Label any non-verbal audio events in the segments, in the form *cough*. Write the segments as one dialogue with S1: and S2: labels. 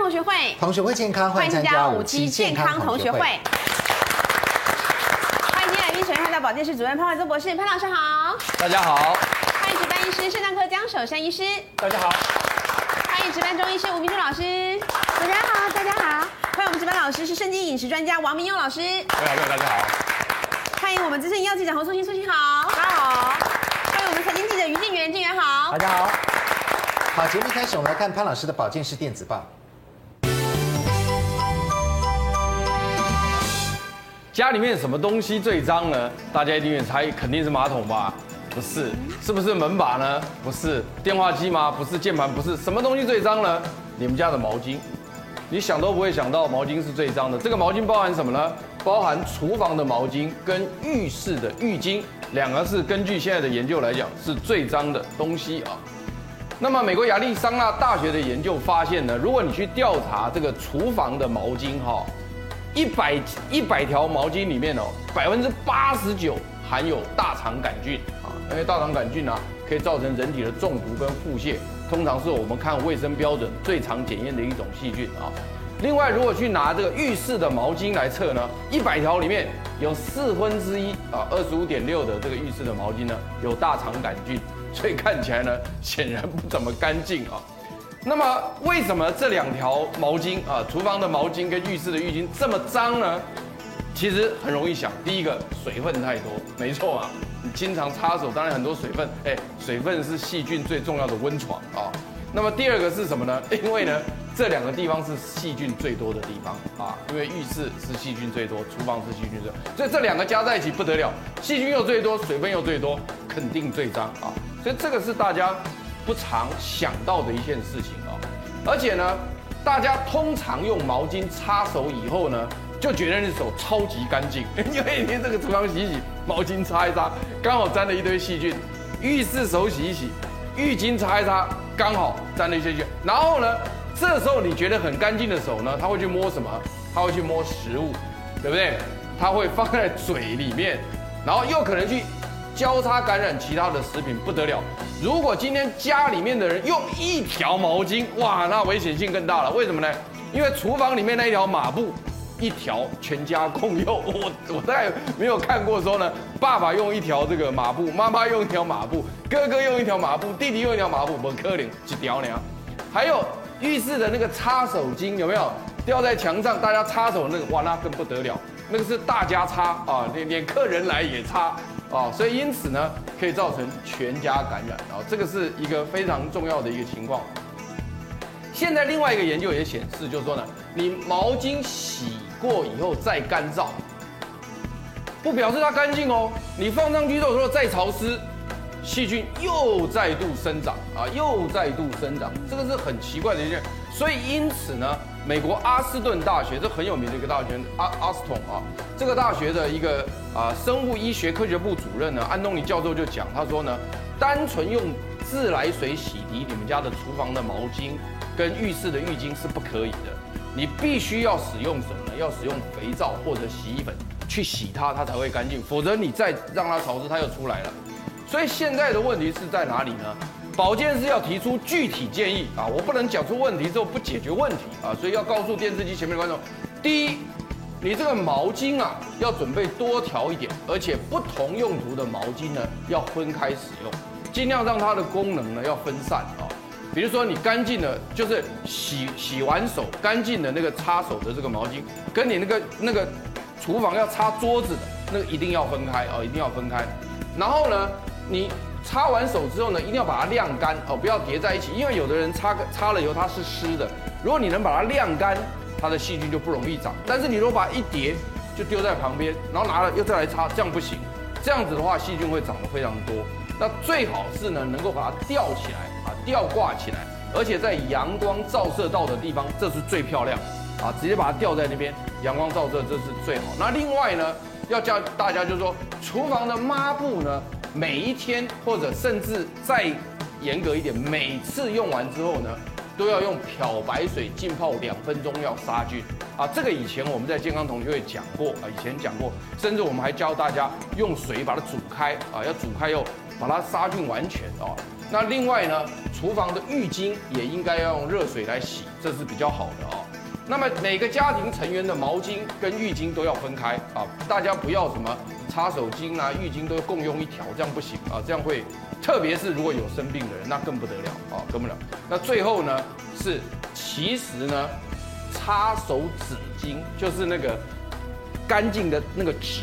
S1: 同学会健康，欢迎参加五期健康同学会。
S2: 欢迎今天来宾，首先欢迎到保健室主任潘怀宗博士，潘老师好。
S3: 大家好，
S2: 欢迎值班医师肾脏科江守山医师，
S3: 大家好，
S2: 欢迎值班中医师吴明珠老师，
S4: 大家好，大家好。
S2: 欢迎我们值班老师是圣经饮食专家王明佑老师，
S3: 各位好，各位大家好，
S2: 欢迎我们资深医药记者洪素心，素心好，
S4: 大家好，
S2: 欢迎我们财经记者于静媛，静媛好
S3: 大。家好。
S1: 好，节目一开始，我们来看潘老师的保健室电子报。
S3: 家里面什么东西最脏呢？大家一定也猜，肯定是马桶吧？不是，是不是门把呢？不是，电话机吗？不是，键盘不是，什么东西最脏呢？你们家的毛巾，你想都不会想到毛巾是最脏的。这个毛巾包含什么呢？包含厨房的毛巾跟浴室的浴巾，两个是根据现在的研究来讲是最脏的东西啊。那么，美国亚利桑那大学的研究发现呢，如果你去调查这个厨房的毛巾哈、一百一百条毛巾里面哦，百分之八十九含有大肠杆菌啊，因为大肠杆菌啊可以造成人体的中毒跟腹泻，通常是我们看卫生标准最常检验的一种细菌啊。另外，如果去拿这个浴室的毛巾来测呢，一百条里面有四分之一啊，二十五点六的这个浴室的毛巾呢有大肠杆菌，所以看起来呢显然不怎么干净啊。那么为什么这两条毛巾啊，厨房的毛巾跟浴室的浴巾这么脏呢？其实很容易想，第一个水分太多，没错啊，你经常擦手，当然很多水分，哎，水分是细菌最重要的温床啊。那么第二个是什么呢？ *laughs* 因为呢，这两个地方是细菌最多的地方啊，因为浴室是细菌最多，厨房是细菌最多，所以这两个加在一起不得了，细菌又最多，水分又最多，肯定最脏啊。所以这个是大家不常想到的一件事情哦。而且呢，大家通常用毛巾擦手以后呢，就觉得你手超级干净， *laughs* 因为你这个厨房洗一洗，毛巾擦一擦，刚好沾了一堆细菌；浴室手洗一洗，浴巾擦一擦，刚好沾了一些细菌。然后呢，这时候你觉得很干净的手呢，它会去摸什么？它会去摸食物，对不对？它会放在嘴里面，然后又可能去交叉感染其他的食品，不得了。如果今天家里面的人用一条毛巾，哇，那危险性更大了。为什么呢？因为厨房里面那一条马布，一条全家共用。 *laughs* 我我再也没有看过说呢，爸爸用一条这个马布，妈妈用一条马布，哥哥用一条马布，弟弟用一条马布，我可怜几条娘。还有浴室的那个擦手巾有没有吊在墙上？大家擦手那个，哇，那更不得了，那个是大家擦啊，连连客人来也擦啊，所以因此呢，可以造成全家感染啊，这个是一个非常重要的一个情况。现在另外一个研究也显示，就是说呢，你毛巾洗过以后再干燥，不表示它干净哦。你放上去之后，如果再潮湿，细菌又再度生长啊，又再度生长，这个是很奇怪的一件。所以因此呢，美国阿斯顿大学这很有名的一个大学，阿阿斯顿啊，这个大学的一个啊生物医学科学部主任呢，安东尼教授就讲，他说呢，单纯用自来水洗涤你们家的厨房的毛巾跟浴室的浴巾是不可以的。你必须要使用什么呢？要使用肥皂或者洗衣粉去洗它，它才会干净。否则你再让它潮湿，它又出来了。所以现在的问题是在哪里呢？保健是要提出具体建议啊，我不能讲出问题之后不解决问题啊，所以要告诉电视机前面的观众，第一，你这个毛巾啊要准备多条一点，而且不同用途的毛巾呢要分开使用，尽量让它的功能呢要分散啊。比如说你干净的，就是洗洗完手干净的那个擦手的这个毛巾，跟你那个那个厨房要擦桌子的那个一定要分开哦，一定要分开。然后呢，你擦完手之后呢，一定要把它晾干哦，不要叠在一起，因为有的人擦擦了以后它是湿的，如果你能把它晾干，它的细菌就不容易长。但是你如果把它一叠就丢在旁边，然后拿了又再来擦，这样不行。这样子的话，细菌会长得非常多。那最好是呢，能够把它吊起来啊，吊挂起来，而且在阳光照射到的地方，这是最漂亮的啊，直接把它吊在那边，阳光照射这是最好。那另外呢，要叫大家就是说，厨房的抹布呢，每一天或者甚至再严格一点，每次用完之后呢，都要用漂白水浸泡两分钟，要杀菌啊。这个以前我们在健康同学会讲过啊，以前讲过，甚至我们还教大家用水把它煮开啊，要煮开以后把它杀菌完全啊。那另外呢，厨房的浴巾也应该要用热水来洗，这是比较好的啊。那么每个家庭成员的毛巾跟浴巾都要分开啊，大家不要什么擦手巾啊、浴巾都共用一条，这样不行啊，这样会，特别是如果有生病的人，那更不得了啊，更不了。那最后呢是，其实呢，擦手纸巾就是那个干净的那个纸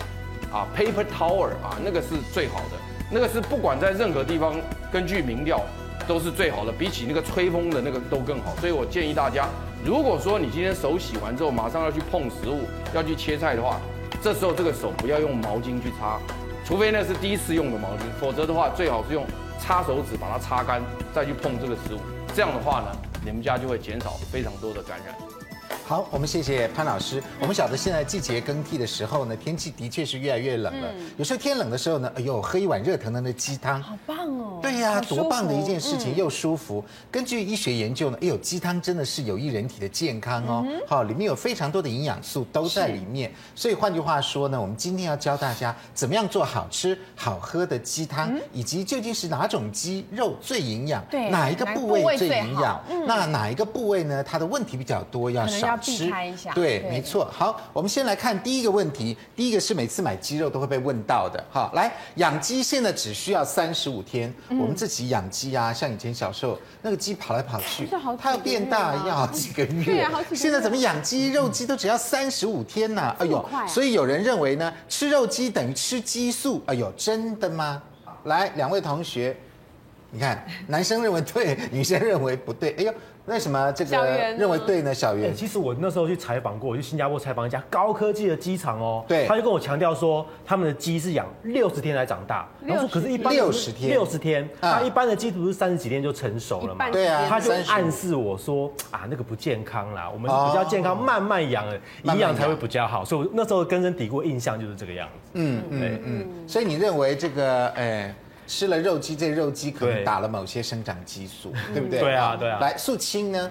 S3: 啊，paper towel 啊，那个是最好的，那个是不管在任何地方，根据民调都是最好的，比起那个吹风的那个都更好。所以我建议大家，如果说你今天手洗完之后马上要去碰食物，要去切菜的话，这时候这个手不要用毛巾去擦，除非那是第一次用的毛巾，否则的话最好是用擦手指把它擦干，再去碰这个食物。这样的话呢，你们家就会减少非常多的感染。
S1: 好，我们谢谢潘老师。我们晓得现在季节更替的时候呢，天气的确是越来越冷了。有时候天冷的时候呢，哎呦，喝一碗热腾腾的鸡汤，
S2: 好棒哦！
S1: 对呀、
S2: 好舒服嗯
S1: 多棒的一件事情，又舒服。根据医学研究呢，哎呦，鸡汤真的是有益人体的健康哦。
S2: 嗯
S1: 好，里面有非常多的营养素都在里面。所以换句话说呢，我们今天要教大家怎么样做好吃好喝的鸡汤，以及究竟是哪种鸡肉最营养，
S2: 嗯对
S1: 哪一个
S2: 哪个
S1: 部
S2: 部位
S1: 位最
S2: 最
S1: 营
S2: 好嗯
S1: 养，那哪一个部位呢？它的问题比较多，要
S2: 可能
S1: 少
S2: 要避
S1: 吃。
S2: 开一下
S1: 对，
S2: 对
S1: 没错。好，我们先来看第一个问题。第一个是每次买鸡肉都会被问到的哈。来，养鸡现在只需要三十五天。
S2: 嗯
S1: 我们自己养鸡啊，像以前小时候那个鸡跑来跑去
S2: 是 *laughs* 好，几
S1: 它要
S2: 个
S1: 变
S2: 月
S1: 大
S2: 啊
S1: 要好几个月。
S2: 对啊好几个
S1: 现在
S2: 月
S1: 怎么养鸡肉鸡都只要三十五天呐、哎
S2: 么
S1: 呦
S2: 快啊，
S1: 所以有人认为呢，吃肉鸡等于吃激素。哎呦，真的吗？来，两位同学，
S2: *laughs*
S1: 你看，男生认为对，女生认为不对。哎呦，为什么这
S2: 小
S1: 个
S2: 圆呢
S1: 认为对呢？小
S5: 欸
S1: 圆，
S5: 其实我那时候去采访过，我去新加坡采访一家高科技的鸡场哦，
S1: 对
S5: 他就跟我强调说，他们的鸡是养六十天才长大，然后说可是一般
S1: 60天
S5: 六十天，
S1: 啊
S5: 那一般的鸡不是三十几天就成熟了嘛
S2: 一半？
S1: 对啊，
S5: 他就
S1: 35
S5: 暗示我说啊，那个不健康啦，我们
S1: 哦
S5: 比较健康，慢慢养，
S1: 慢
S5: 营养
S1: 养
S5: 才会比较好。所以我那时候根深蒂固的印象就是这个样子。
S1: 嗯嗯嗯，所以你认为这个，哎，吃了肉鸡，这肉鸡可能
S5: 对
S1: 打了某些生长激素，
S6: 嗯
S1: 对不对？
S5: 对啊对啊
S1: 来，素清呢？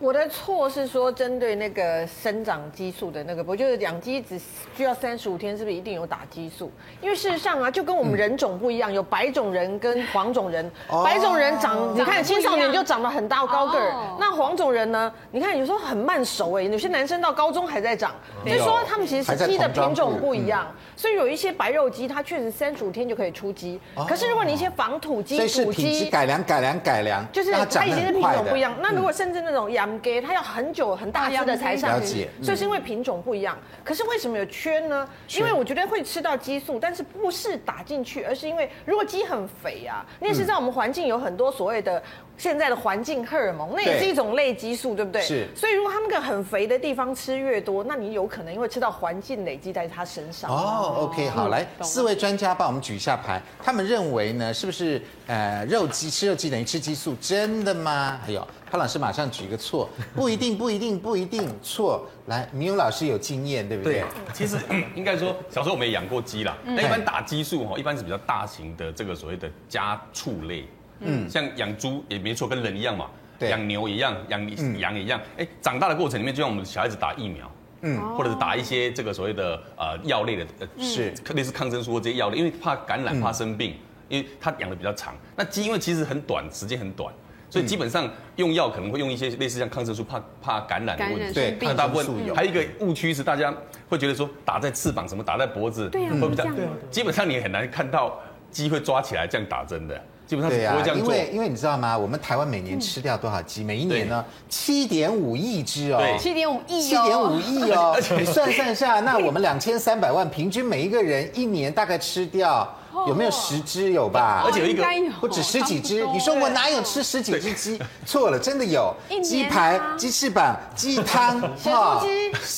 S6: 我的错是说针对那个生长激素的那个，我觉得养鸡只需要三十五天，是不是一定有打激素？因为事实上啊，就跟我们人种不一样，有白种人跟黄种人
S1: 哦，
S6: 白种人长，你看青少
S2: 长
S6: 年
S2: 得不一样
S6: 就长得很大高个儿
S2: 哦，
S6: 那黄种人呢，你看有时候很慢熟哎，有些男生到高中还在长，所以说他们其实
S1: 还
S6: 是
S1: 在
S6: 鸡的
S1: 童装
S6: 品种
S1: 部
S6: 不一样，所以有一些白肉鸡它确实三十五天就可以出鸡，可是如果你一些防土
S1: 哦
S6: 鸡
S1: 所以、是
S6: 土
S1: 品质
S6: 鸡。
S1: 改良、改良、改良，
S6: 就是
S1: 让
S6: 它
S1: 长
S6: 已
S1: 得
S6: 经是
S1: 很
S6: 品
S1: 快
S6: 种
S1: 的嗯啊
S6: 不一样。那如果甚至那种羊给，它要很久很大只的才上
S1: 了解嗯
S6: 去，所以是因为品种不一样。可是为什么有缺呢？
S1: 缺
S6: 因为我觉得会吃到激素，但是不是打进去，而是因为如果鸡很肥啊，
S1: 嗯
S6: 你也是知道我们环境有很多所谓的现在的环境荷尔蒙，那
S1: 对
S6: 也是一种类激素，对不对？
S1: 是
S6: 所以如果它那个很肥的地方吃越多，那你有可能因为吃到环境累积在它身上。
S1: 哦，OK，好，
S6: 嗯
S1: 来，四位专家帮我们举一下牌，他们认为呢，是不是呃肉鸡吃肉鸡等于吃激素，真的吗？还有潘老师马上举一个错，不一定，不一定，不一定错。来，明勇老师有经验，对不对？，*laughs*
S7: 其实应该说，小时候我们也养过鸡啦。那一般打激素哈，一般是比较大型的这个所谓的家畜类，嗯，像养猪也没错，跟人一样嘛，
S1: 对
S7: 养牛一样，养羊也一样。哎，长大的过程里面，就像我们小孩子打疫苗。嗯，或者是打一些这个所谓的呃药类的，呃
S1: 是
S7: 类似抗生素或这些药类，因为怕感染、怕生病，因为它养的比较长。那鸡因为其实很短，时间很短，所以基本上用药可能会用一些类似像抗生素，怕怕感染的
S2: 感
S7: 问
S2: 染
S7: 题。
S1: 对
S2: 生病
S1: 抗生
S7: 它大部分
S1: 素有
S7: 啊还有一个误区是大家会觉得说打在翅膀什么打在脖子，
S2: 对啊
S7: 会不会这
S2: 这样
S7: 样？基本上你很难看到鸡会抓起来这样打针的，基本上是
S1: 对啊
S7: 不会这样
S1: 因
S7: 做。嗯
S1: 为因为你知道吗？我们台湾每年吃掉多少鸡？每一年呢，七点五亿只哦。
S7: 对
S2: 七点五亿
S1: 七
S2: 哦，
S1: 点五亿
S7: *laughs*
S1: 哦，你算算一下，那我们两千三百万，平均每一个人一年大概吃掉
S2: 哦
S1: 有没有十只有吧
S7: 而？且有一个
S2: 应该有
S1: 不止十几只
S2: 差不，多
S1: 你说我哪有吃十几只鸡？ *laughs* 错了，真的有
S2: 一年啊
S1: 鸡排、鸡翅膀、鸡
S6: *laughs*
S1: 汤、哈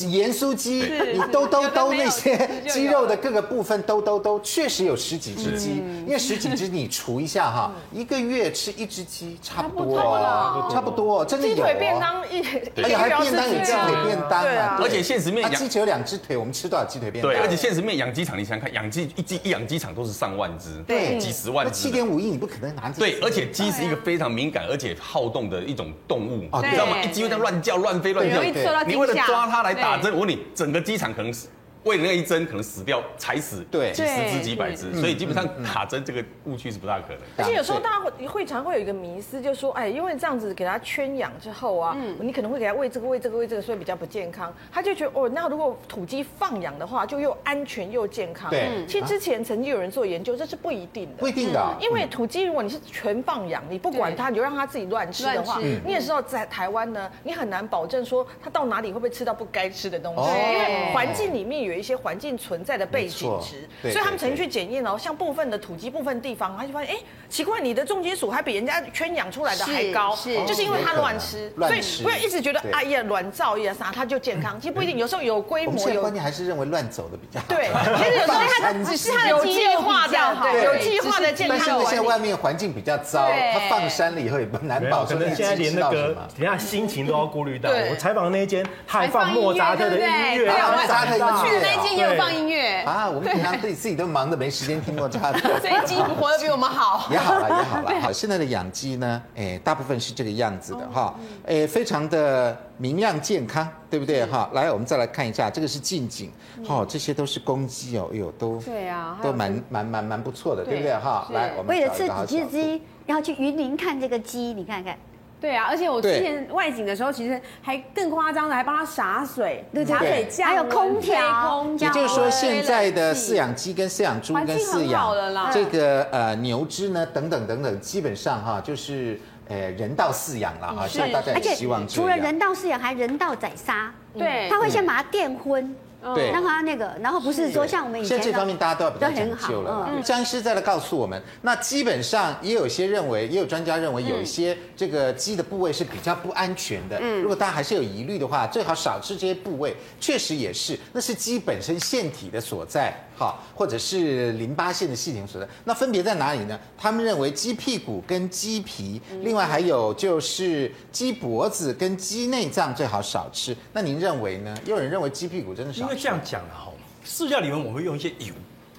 S1: 盐酥鸡，你兜兜兜那些鸡肉的各个部分兜兜兜，确实有十几只鸡。
S6: 嗯
S1: 因为十几只你除一下哈，一个月吃一只鸡差不多哦，差不多，真的有
S6: 鸡
S1: 哦。
S6: 腿便当一，
S1: 而
S6: 一
S1: 哎且还
S6: 标
S1: 便当有
S6: 是
S1: 鸡
S6: 这样
S1: 腿便当
S6: 对
S1: 啊
S6: 啊，
S1: 对
S7: 而且现实面
S1: 啊
S7: 养
S1: 鸡腿有两只腿，我们吃多少鸡腿便当？
S7: 对，而且现实面养鸡场，你想想看，养鸡一鸡一养鸡场都是上万只，
S1: 对
S7: 几十万
S1: 那
S7: 只
S1: 七啊
S7: 的。
S1: 点五亿你不可能拿着
S7: 对，而且鸡是一个非常敏感而且好动的一种动物，
S1: 哦
S7: 你知道吗？
S2: 对
S7: 一鸡就在乱叫、乱飞、乱
S2: 容易
S1: 对
S7: 叫，
S2: 受到惊吓。
S7: 你为了抓它来打
S2: 对
S7: 针，我问你，整个鸡场可能是为了那一针可能死掉才死，
S1: 对
S7: 几十只
S2: 对
S7: 几百只，所以基本上打针这个误区是不大可能。
S6: 而且有时候大家会会常会有一个迷思，就说，哎，因为这样子给他圈养之后啊，
S1: 嗯
S6: 你可能会给他喂这个喂这个喂这个，所以比较不健康。他就觉得，哦，那如果土鸡放养的话，就又安全又健康。
S1: 对嗯
S6: 其实之前曾经有人做研究，这是不一定的嗯
S1: 不。一定的啊，
S6: 因为土鸡，如果你是全放养，你不管它，你就让它自己乱吃的话
S2: 乱
S1: 嗯
S2: 吃，
S6: 你也知道在台湾呢，你很难保证说它到哪里会不会吃到不该吃的东西，
S1: 哦
S6: 因为环境里面有一些环境存在的背景
S1: 没错
S6: 值，
S1: 对
S6: 所以他们
S1: 对
S6: 曾经
S1: 对
S6: 去检验哦，像部分的土鸡部分地方，他就发现，哎，奇怪，你的重金属还比人家圈养出来的还
S2: 是
S6: 高，
S2: 是
S6: 就是因为它乱吃，
S1: 乱
S6: 所以
S1: 吃
S6: 不要一直觉得
S1: 对
S6: 哎呀卵造呀啥，它就健康，其实不一定，有时候有规
S1: 我们
S6: 模
S1: 现在
S6: 有
S1: 观念还是认为乱走的比较好。 *laughs*
S6: 对，其实有时候它
S1: 放
S2: 只
S1: 山
S2: 是他
S6: 有
S2: 的
S6: 计
S2: 肌肉
S6: 划
S2: 比较
S6: 的，
S2: 好，
S6: 对有计划的健
S1: 但是
S6: 康
S1: 因为
S6: 管
S1: 现在
S6: 理。
S1: 外面环境比较糟，
S2: 对
S1: 它放山了以后也不难
S5: 没有，
S1: 保
S5: 可
S1: 说
S5: 能
S1: 你
S5: 现在连
S1: 知
S5: 那
S1: 道什
S5: 个
S1: 么。
S5: 等一下心情都要顾虑到。
S6: 对
S5: 我采访的那一间，他还放
S2: 还放音乐
S5: 莫扎特的音
S2: 对不
S5: 乐，
S2: 对
S5: 他
S1: 啊
S5: 放
S1: 莫扎特音乐
S5: 大
S2: 去的那一间也有
S5: 对
S2: 放音乐，
S1: 啊，我们平常自己自己都忙的没时间听莫扎
S4: *laughs*
S1: 特，
S2: 所以鸡活得比我们好。
S1: 也好了，也好啊了。好，现在的养鸡呢，哎，大部分是这个样子
S4: 哦
S1: 的哈，哎，非常的明亮健康，对不对哈？来，我们再来看一下，这个是近景，好，这些都是公鸡哦，哎呦，都
S4: 嗯对啊还有
S1: 都蛮蛮蛮蛮不错的，对不对
S6: 对
S1: 哈？来，我们
S4: 为了
S1: 找一
S4: 吃
S1: 个好
S4: 几
S1: 角
S4: 只
S1: 度，
S4: 鸡，然后去云林看这个鸡，你看看，
S2: 对啊，而且我之
S1: 对
S2: 前外景的时候，其实还更夸张的，还帮它洒水，
S4: 对
S2: 洒
S1: 对
S2: 水降温
S4: 还有空调
S2: 吹空
S1: 也
S2: 调
S1: 就是说，现在的饲
S2: 吹冷气
S1: 养鸡跟饲养猪
S2: 啊环
S1: 跟
S2: 境
S1: 饲
S2: 很
S1: 养
S2: 好了啦
S1: 这个呃牛只呢等等等等，基本上哈就是呃人道饲养了哈，
S2: 嗯是
S1: 现在大家
S4: 而
S1: 也
S4: 且
S1: 哎希望这
S4: 除了
S1: 样。
S4: 人道饲养，还人道宰杀。
S2: 对
S4: 他会先把它电昏，
S7: 嗯
S1: 对
S4: 让它那个，然后不是说像我们以前
S1: 现在这方面大家都要比较讲究了
S4: 嗯
S1: 啦。张医师再来告诉我们，那基本上也有些认为，也有专家认为
S4: 嗯
S1: 有一些这个鸡的部位是比较不安全的。如果大家还是有疑虑的话，最好少吃这些部位。确实也是，那是鸡本身腺体的所在，哈，或者是淋巴腺的系统所在。那分别在哪里呢？他们认为鸡屁股跟鸡皮，
S4: 嗯
S1: 另外还有就是鸡脖子跟鸡内脏最好少吃。那您认为呢？也有人认为鸡屁股真的
S8: 因
S1: 少
S8: 为
S2: 啊
S1: 吃。
S8: 这样讲了哈，饲料里面我们会用一些油，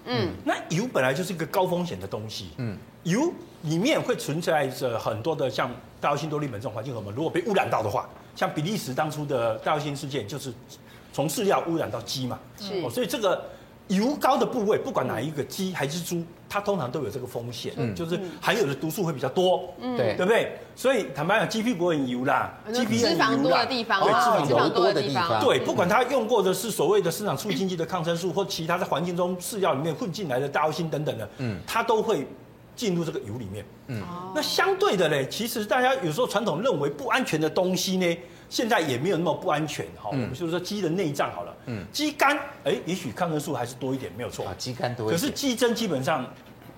S8: 嗯，那油本来就是一个高风险的东西，嗯，油里面会存在着很多的像大药性多利苯这种环境荷尔蒙，如果被污染到的话，像比利时当初的大药性事件就是从饲料污染到鸡嘛，
S2: 是
S8: 哦所以这个。油高的部位，不管哪一个鸡还是猪，它通常都有这个风险，就是
S2: 嗯
S8: 含有的毒素会比较多，嗯
S1: 对
S8: 对不对？所以坦白讲，鸡屁股很油啦，鸡皮
S2: 脂
S8: 很油啦
S2: 肪多的地方
S8: 对，脂
S2: 啊，
S8: 肪
S1: 脂
S8: 多
S1: 肪。哦多的地方
S8: 对，不管他用过的是所谓的市场促进剂的抗生素，或其他在环境中饲料里面混进来的大药性等等的，嗯，它都会进入这个油里面。嗯，那相对的嘞，其实大家有时候传统认为不安全的东西呢，现在也没有那么不安全哈。我
S1: 嗯
S8: 们就是说鸡的内脏好了，嗯，鸡肝，哎，也许抗生素还是多一点，没有错
S1: 啊，。鸡肝多一
S8: 可
S1: 点。
S8: 是鸡胗基本上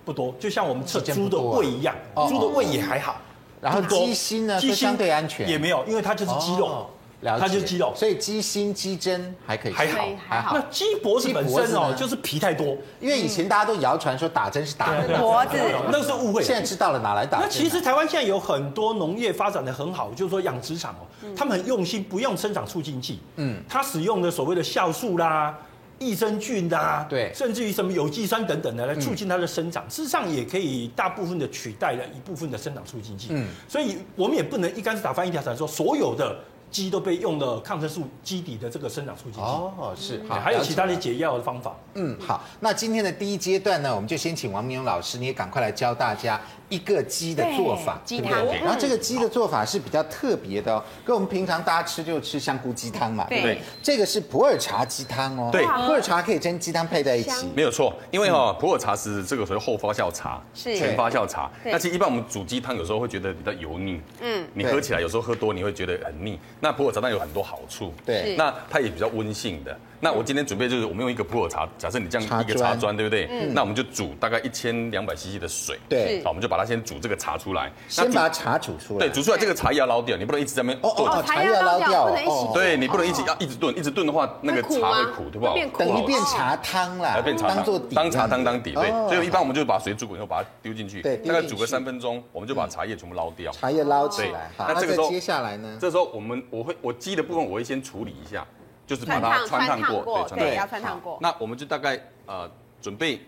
S8: 不多，就像我们测
S1: 鸡胗不
S8: 猪的
S1: 多啊
S8: 胃一样，
S1: 哦
S8: 猪的胃也还好。
S1: 然后
S8: 不多
S1: 鸡心呢
S8: 鸡
S1: 都相对安全
S8: 也没有，因为它就是鸡肉
S1: 哦，了解，
S8: 它就是鸡肉，
S1: 所以鸡心、鸡胗还可以吃，
S8: 还好
S1: 还好
S8: 那。鸡脖子本身
S1: 鸡脖子
S8: 哦
S1: 呢，
S8: 就是皮太多，
S1: 因为以前大家都谣传说打针是打人的，
S2: 脖子
S8: 那是误会。
S1: 现在知道了哪来打针啊。
S8: 那其实台湾现在有很多农业发展的很好，就是说养殖场哦，他们很用心，不用生长促进剂，
S1: 嗯
S8: 嗯，它使用的所谓的酵素啦、益生菌啦，
S1: 对嗯
S8: 甚至于什么有机酸等等的来促进它的生长，事实上也可以大部分的取代了一部分的生长促进剂，
S1: 嗯
S8: 嗯，所以我们也不能一竿子打翻一条船，说所有的鸡都被用了抗生素基底的这个生长促进剂，
S1: 哦是，好，
S8: 还有其他
S1: 了
S8: 的
S1: 解了
S8: 解药的方法。
S1: 嗯，好，那今天的第一阶段呢，我们就先请王明勇老师，你也赶快来教大家一个鸡的做法，
S2: 对
S1: 对不
S2: 鸡
S1: 对
S2: 汤
S1: 然后这个鸡的做法是比较特别的哦，跟我们平常大家吃就吃香菇鸡汤嘛，对不对
S2: 对？
S1: 这个是普洱茶鸡汤哦，
S7: 对
S1: 普洱茶可以跟鸡汤配在一起，
S7: 没有错，因为哈、普洱茶是这个所谓后发酵茶，
S2: 嗯是
S7: 全发酵茶。
S2: 对
S7: 那其实一般我们煮鸡汤有时候会觉得比较油腻，嗯，你喝起来有时候喝多你会觉得很腻。那普洱茶当然有很多好处，
S1: 对是
S7: 那它也比较温性的。那我今天准备就是我们用一个普洱茶，假设你这
S1: 茶
S7: 样
S1: 砖
S7: 一个茶砖，对不对？
S2: 嗯
S7: 那我们就煮大概一千两百 CC 的水，
S1: 对
S7: 好，我们就把它先煮这个茶出来，那
S1: 先
S7: 煮
S1: 把茶煮出来，
S7: 对煮出来这个茶叶要捞掉，你不能一直在那边
S1: 哦哦
S7: 炖
S1: 哦，茶叶要捞掉
S2: 不能一起
S1: 哦，
S7: 对你不能一直要一直炖，一直炖的话那
S2: 会
S7: 个
S2: 苦
S7: 茶
S2: 吗
S7: 会苦，对不好？
S2: 会变苦哦
S1: 等于变茶汤啦
S7: 来，变茶汤
S1: 当做底，
S7: 哦当茶汤当底，对。
S1: 哦
S7: 所以一般我们就把水煮滚以后把它丢进去，
S1: 对
S7: 大概
S1: 丢进
S7: 煮个
S1: 去嗯
S7: 三分钟，我们就把茶叶全部捞掉。
S1: 茶叶捞起来。
S7: 对
S1: 好，
S7: 那
S1: 那
S7: 这个
S1: 再
S7: 时候
S1: 接下来呢？
S7: 这时候我们我会我鸡的部分我会先处理一下，就是把
S2: 穿
S7: 它
S2: 烫
S7: 穿烫
S2: 烫
S7: 过，
S2: 对，
S7: 穿
S2: 要
S7: 烫。
S2: 穿烫过。
S7: 那我们就大概呃准备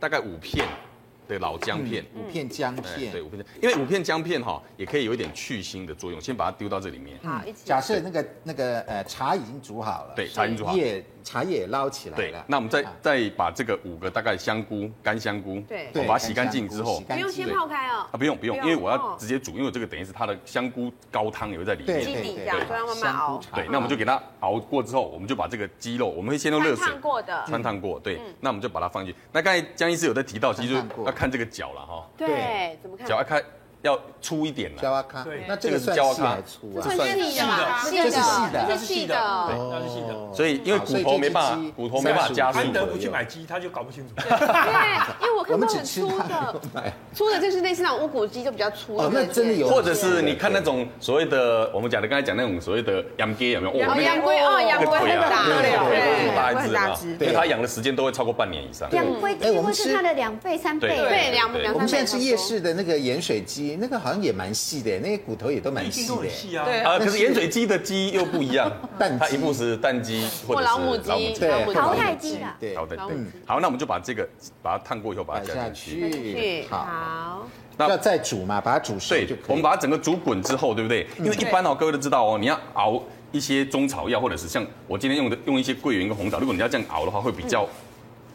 S7: 大概五片的老姜片。
S1: 嗯五片姜
S7: 哎
S1: 片
S7: 对，。五片姜，因为五片姜片哈，也可以有一点去腥的作用。先把它丢到这里面，
S2: 好，一起。
S1: 假设那个那个呃茶已经煮好了，
S7: 对茶已经煮好
S1: 叶茶叶也捞起来
S7: 对
S1: 了。，
S7: 那我们再
S1: 啊
S7: 再把这个五个大概香菇、干香菇，
S2: 对
S7: 我把它洗干净之后
S1: 洗，干
S2: 不
S1: 净
S2: 用先泡开哦
S7: 啊，，不用不用，
S2: 不
S7: 因
S2: 用
S7: 为我要
S2: 哦
S7: 直接煮，因为这个等于是它的香菇高汤也会在里
S1: 对
S7: 面。
S2: 基
S1: 对
S2: 底这
S1: 对
S2: 样，
S1: 对
S2: 就让慢慢
S1: 香
S2: 熬
S1: 菇。嗯
S7: 对，那我们就给它熬过之后，我们就把这个鸡肉，我们会先用热水
S2: 穿烫过嗯的
S7: 穿烫过，对，那我们就把它放进去。那刚才江医师有在提到，其实就
S1: 穿烫过
S7: 要看这个脚了哈，
S2: 对，怎么看
S7: 脚？要看要粗一点
S1: 焦
S7: 了，
S1: 阿咖
S8: 对，
S1: 那这个算细还粗啊？
S2: 这
S7: 算
S2: 是细的嘛，
S1: 这是细的
S2: 这是细的。
S8: 那
S1: 哦
S8: 是细的。
S7: 所以因为骨头没办法骨头没办法加速
S8: 安德不去买鸡，他就搞不清楚。
S2: 对，因为我
S1: 我
S2: 看过
S1: 们只
S2: 很
S1: 哦吃
S2: 粗的，
S1: 它没有买
S2: 粗的就是类似那种无骨鸡，就比较粗的。
S1: *laughs* 哦那真的有
S7: 或者是你看那种所谓的我们讲的刚才讲那种所谓的羊鸡有没有？哦
S2: 哦，
S7: 那
S2: 羊龟哦，羊
S7: 那
S2: 龟
S7: 个腿
S2: 很
S7: 啊，
S2: 大，
S7: 那个腿都很
S2: 对
S7: 大一只啊，因
S1: 对
S7: 为它养的时间都会超过半年以上。
S4: 两倍
S1: 哎
S4: 几
S1: 我
S4: 乎
S1: 们
S4: 是
S1: 吃
S4: 它的两倍三倍。
S7: 对
S2: 对，两
S7: 对
S2: 两
S1: 我
S2: 三
S1: 们
S2: 百
S1: 现在吃夜市的那个盐水鸡，那个好像也蛮细的，那些骨头也都蛮
S8: 一定
S1: 细
S8: 都很
S1: 的。
S8: 细啊。
S7: *laughs* 啊，可是盐水鸡的鸡又不一样
S1: *laughs* 蛋，鸡
S7: 它一部是蛋鸡或者
S2: 或
S7: 是
S2: 老母鸡
S7: 老母鸡
S1: 对，
S4: 淘汰鸡啦
S1: 对，
S7: 好的，
S2: 老
S7: 对
S2: 母鸡，
S7: 好，那我们就把这个把它烫过以后，把
S1: 摆
S7: 它加
S1: 下
S7: 进去。
S1: 去
S2: 去，，
S1: 好，
S2: 好，
S7: 那
S1: 要再煮嘛，把它煮熟
S7: 对
S1: 就可以，。嗯
S7: 我们把它整个煮滚之后，对不对？因为一般哦，各位都知道哦，你要熬一些中草药，或者是像我今天用的用一些桂圆跟红枣，如果你要这样熬的话，会比较
S1: 嗯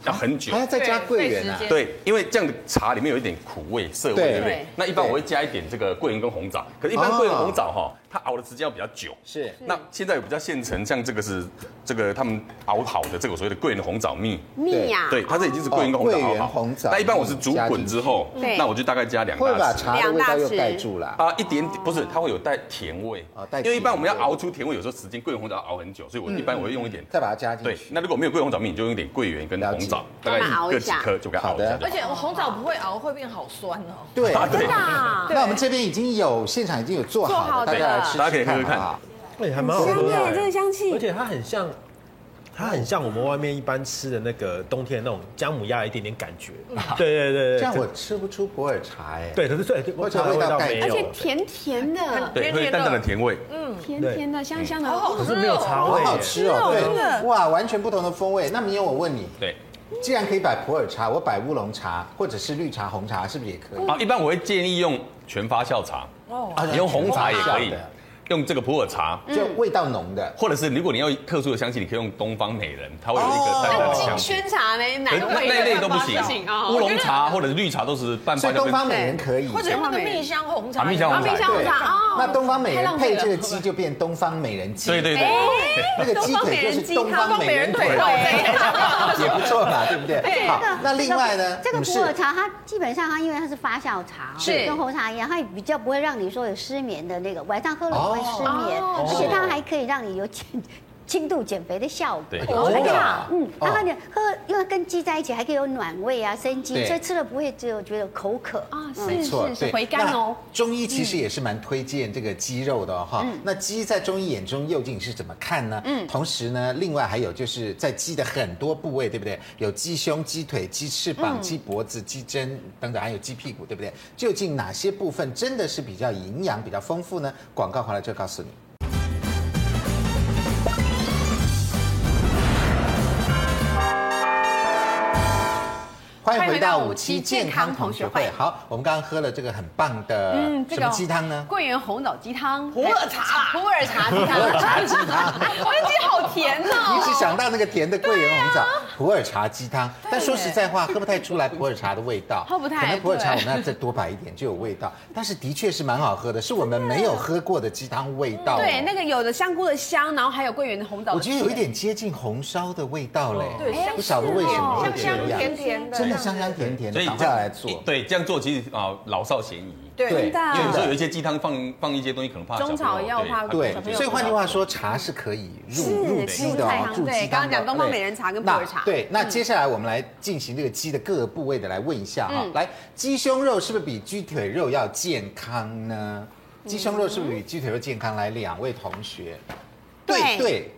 S7: 要很久
S1: 还。要再加桂圆啊
S6: 对费时，间
S7: 对，因为这样的茶里面有一点苦味、涩味，
S1: 对
S7: 对不对
S2: 对？
S7: 那一般
S1: 对
S7: 我会加一点这个桂圆跟红枣，可是一般
S1: 哦
S7: 桂圆红枣哈，它熬的时间要比较久。
S1: 是
S7: 那现在有比较现成，像这个是这个他们熬好的这个所谓的桂圆红枣蜜，
S2: 蜜呀，
S7: 对，它这已经是桂圆跟红
S1: 啊
S7: 枣
S1: 哦桂
S7: 熬
S1: 圆
S7: 好。
S1: 红枣
S7: 那一般我是煮滚之后
S2: 加进去，
S7: 那我就大概加两
S1: 会不会
S7: 大
S1: 把
S7: 匙。
S1: 茶的味道又盖住了。
S7: 啊，一点点不是，它会有带甜味
S1: 哦带甜味嗯
S7: 因为一般我们要熬出甜味，有时候时间桂圆红枣要熬很久，所以我一般我会用一点。
S1: 再把它加进
S7: 对，
S1: 去，
S7: 那如果没有桂圆红枣蜜，你就用一点桂圆跟红枣，大概
S2: 慢慢熬一
S7: 各几
S2: 下
S7: 颗就给它熬一
S1: 好
S7: 下
S1: 的
S7: 就
S6: 而
S7: 好。
S6: 且我红枣不会熬，会变好酸哦。
S1: 对，
S7: 对，
S2: 啊，
S1: 那我们这边已经有现场已经有做
S2: 做
S1: 好
S2: 好
S1: 了，
S2: 的
S1: 大家来吃吃看啊
S7: 大家可以喝喝看
S1: 好
S5: 哎，还蛮好
S2: 香
S5: 喝的
S2: 耶，这
S5: 哎
S2: 个。香气
S5: 而，且它很像，它很像我们外面一般吃的那个冬天的那种姜母鸭，一点点感觉。
S2: 嗯
S5: 对 *laughs* 对
S1: 不好这
S5: 对对，
S1: 样我吃不出普洱茶哎。
S5: 对，可是对，
S1: 或
S5: 我
S1: 者
S5: 茶的
S1: 味
S5: 味
S1: 道
S5: 道
S1: 感
S5: 没
S1: 觉
S5: 有，
S2: 而且甜甜的，
S7: 对，会有淡淡的甜味。
S2: 甜甜的，香
S4: 啊
S2: 香的，
S5: 可是没有茶
S1: 好
S5: 味
S1: 好
S5: 耶。
S1: 吃哦，对，哇，完全不同的风味。那明天我问你，
S7: 对，
S1: 既然可以摆普洱茶，我摆乌龙茶或者是绿茶、红茶，是不是也可以？
S7: 啊，一般我会建议用全发酵茶，
S1: 啊
S7: 你用红茶也可以嗯
S1: 的，
S7: 用这个普洱茶，
S1: 就味道浓的。
S7: 或者是如果你要特殊的香气，你可以用东方美人，它会有一个淡淡的香
S2: 金
S7: 气。
S2: 萱茶呢，哪
S7: 可
S2: 个
S7: 哎那
S2: 味
S7: 那类都不行
S2: 啊，，
S7: 乌龙茶或者是绿茶都是半
S1: 所
S7: 半
S1: 以
S7: 的
S1: 东方美人可以，
S6: 或者用那个蜜香红茶，
S7: 啊蜜香红茶
S2: 冰箱红茶啊，
S1: 那东方美人
S2: 太
S1: 配这个
S2: 浪费
S1: 鸡
S2: 了
S1: 就变东方美人鸡，
S7: 对对对，
S1: 那个鸡腿就是东方美人腿， *laughs* 也不错嘛，对不对？好，那另外呢，
S4: 这个
S1: 我们
S4: 普
S1: 是
S4: �洱茶，它基本上它因为它是发酵茶哦，
S2: 是
S4: 跟红茶一样，它也比较不会让你说有失眠的那个，晚上喝了不会失眠，
S2: 哦
S4: 而且它还可以让你有减轻度减肥的效果
S7: 对。
S1: 哦真的啊
S4: 嗯，
S1: 哦
S4: 然后你喝，因为跟鸡在一起还可以有暖胃啊、生津，
S1: 对
S4: 所以吃了不会只有觉得口渴。
S2: 啊，
S1: 没
S2: 是
S1: 错，
S2: 是
S1: 对
S2: 是回甘哦。。
S1: 那中医其实也是蛮推荐这个鸡肉的哦哈、
S2: 嗯
S1: 那鸡在中医眼中究竟是怎么看呢？嗯，同时呢，另外还有就是在鸡的很多部位，对不对？有鸡胸、鸡腿、鸡翅
S2: 嗯
S1: 膀、鸡脖子、鸡胗等等，还有鸡屁股，对不对？究竟哪些部分真的是比较营养、比较丰富呢？广告回来就告诉你。欢迎回到五期健康同学会。好，我们刚刚喝了这个很棒的
S2: 嗯，这
S1: 什
S2: 个
S1: 么鸡汤呢？ *laughs*
S2: 桂圆红枣鸡汤，哎
S6: 普洱茶
S2: 普洱茶鸡汤，普洱茶鸡 *laughs* 汤，我觉得鸡好甜
S1: 你只
S2: 哦。
S1: 想到那个甜的桂圆红枣、普洱茶鸡汤，但说实在话，喝不太出来普 *laughs* 洱茶的味道。
S2: 喝不太
S1: 可能普洱茶我
S2: 对
S1: 们要再多摆一点就有味道，但是的确是蛮好喝的，是我们没有喝过的鸡汤味道哦。
S2: 对，那个有的香菇的香，然后还有桂圆的红枣的
S1: 我
S2: 甜，
S1: 觉得有一点接近红烧的味道嘞，
S6: 对
S1: 哎不晓得为什么会
S6: 香
S1: 这样
S6: 香，甜甜的，
S1: 真的香香甜甜
S7: 所
S1: 的，
S7: 以
S1: 赶
S7: 这
S1: 快
S7: 样
S1: 来做。
S7: 对，这样做其实啊老少咸宜。
S1: 对
S6: 对，
S7: 因为有时候
S1: 真
S7: 有
S1: 的
S7: 一些鸡汤放放一些东西，可能怕小朋友
S2: 中草药
S7: 对
S2: 怕
S1: 对
S7: 怕小，朋友
S1: 所以换句话说，茶是可以入入鸡的哦，入
S2: 对
S1: 鸡汤的。
S2: 刚刚讲东方美人茶跟普洱茶
S1: 那对，那接下来我们来进行这个鸡的各个部位的来问一下哈，来，鸡胸肉是不是比鸡腿肉要健康呢？鸡胸肉是不是比鸡腿肉健康？来，两位同学，
S2: 对
S1: 对，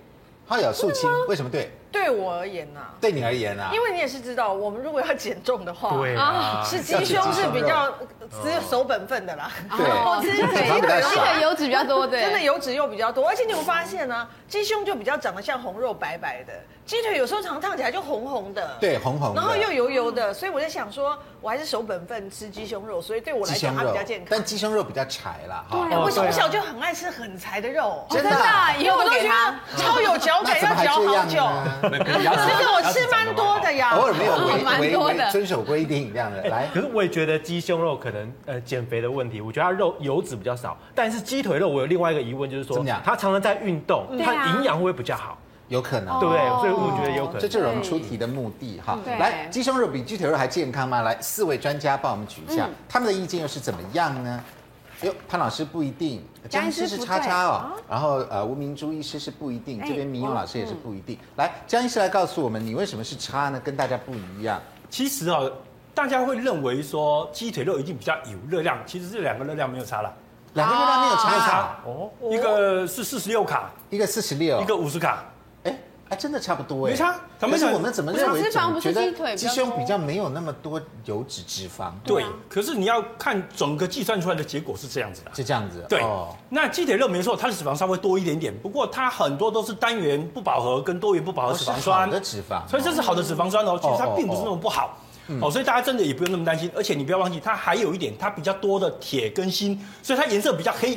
S1: 好有肃清，为什么对？
S6: 对我而言呐、
S1: 对你而言啊，
S6: 因为你也是知道，我们如果要减重的话，
S5: 对啊，
S6: 吃鸡胸是比较只
S5: 哦
S6: 有守本分的啦，
S1: 对
S6: 哦，吃腿
S1: 比较
S2: 鸡
S1: 少
S2: 腿油脂比较多，对，
S6: 真的油脂又比较多，而且你有发现呢、鸡胸就比较长得像红肉白白的，鸡腿有时候常烫起来就红红的，
S1: 对红红的
S6: 然后又油油的，所以我在想说，我还是守本分吃鸡胸肉，所以对我来
S1: 鸡
S6: 讲
S1: 胸
S6: 它比
S1: 肉
S6: 较健，康哎
S1: 但。鸡胸肉比较柴啦，哈，
S6: 我
S5: 哦对啊
S6: 从小就很爱吃很柴的肉，
S1: 真
S2: 真的，
S6: 因
S2: 以
S6: 为
S2: 后
S6: 我
S2: 我
S6: 都
S2: 都
S6: 觉
S2: 给他
S6: 得。
S5: *laughs*
S6: 超有嚼感，
S1: 那怎
S6: 要
S1: 么还
S6: 嚼
S1: 这
S6: 好
S1: 样
S6: 久。
S1: 呢？
S6: *laughs* 其实我吃蛮多的呀，
S1: 偶尔没有
S2: 哦蛮
S1: 违违
S2: 多
S1: 违
S2: 的
S1: 遵守规定这样的，来
S5: 可是我也觉得鸡胸肉可能呃减肥的问题，我觉得它肉油脂比较少，但是鸡腿肉我有另外一个疑问，就是说
S1: 怎么讲
S5: 它常常在运动，它
S2: 对啊哦
S5: 营养会不会比较好？
S1: 有可能
S5: 对不对？所以我觉得有可
S1: 这
S5: 能。
S1: 就是我们出题的目的哈。
S2: 对
S1: 来，鸡胸肉比鸡腿肉还健康吗？来，四位专家帮我们举一下、他们的意见又是怎么样呢？哟，潘老师不一定，
S2: 张
S1: 张
S2: 医
S1: 医
S2: 师
S1: 师是
S2: 不
S1: 叉
S2: 对
S1: 叉哦，然后呃吴明珠医师是不一定，
S2: 哎
S1: 这边明勇老师也是不一定。来，江医师来告诉我们，你为什么是叉呢？跟大家不一样。
S8: 其实啊，大家会认为说鸡腿肉一定比较有热量，其实这两个热量没有差啦，
S1: 两个热量没有
S8: 没有
S1: 差，
S8: 差哦，一个是四十六卡，
S1: 一个四十六，
S8: 一个五十卡，
S1: 哎，还真的差不多哎，
S8: 没差
S1: 可
S8: 咱们
S1: 是
S8: 想
S1: 我们怎么
S2: 不是
S1: 认为
S2: 脂肪
S1: 总
S2: 不
S1: 觉
S2: 是鸡腿
S1: 得
S2: 比较
S1: 鸡胸
S2: 多
S1: 比较没有那么多油脂脂肪？
S8: 对。啊可是你要看整个计算出来的结果是这样子的。
S1: 是这样子。
S8: 对
S1: 哦，
S8: 那鸡腿肉没错，它的脂肪稍微多一点点，不过它很多都是单元不饱和跟多元不饱和
S1: 哦
S8: 脂
S1: 是
S8: 肪
S1: 好
S8: 酸
S1: 的脂肪哦，
S8: 所以这是好的脂肪酸哦，其实它
S1: 哦哦嗯
S8: 并不是那么不好。哦，所以大家真的也不用那么担心，而且你不要忘记，它还有一点，它比较多的铁跟锌，所以它颜色比较黑，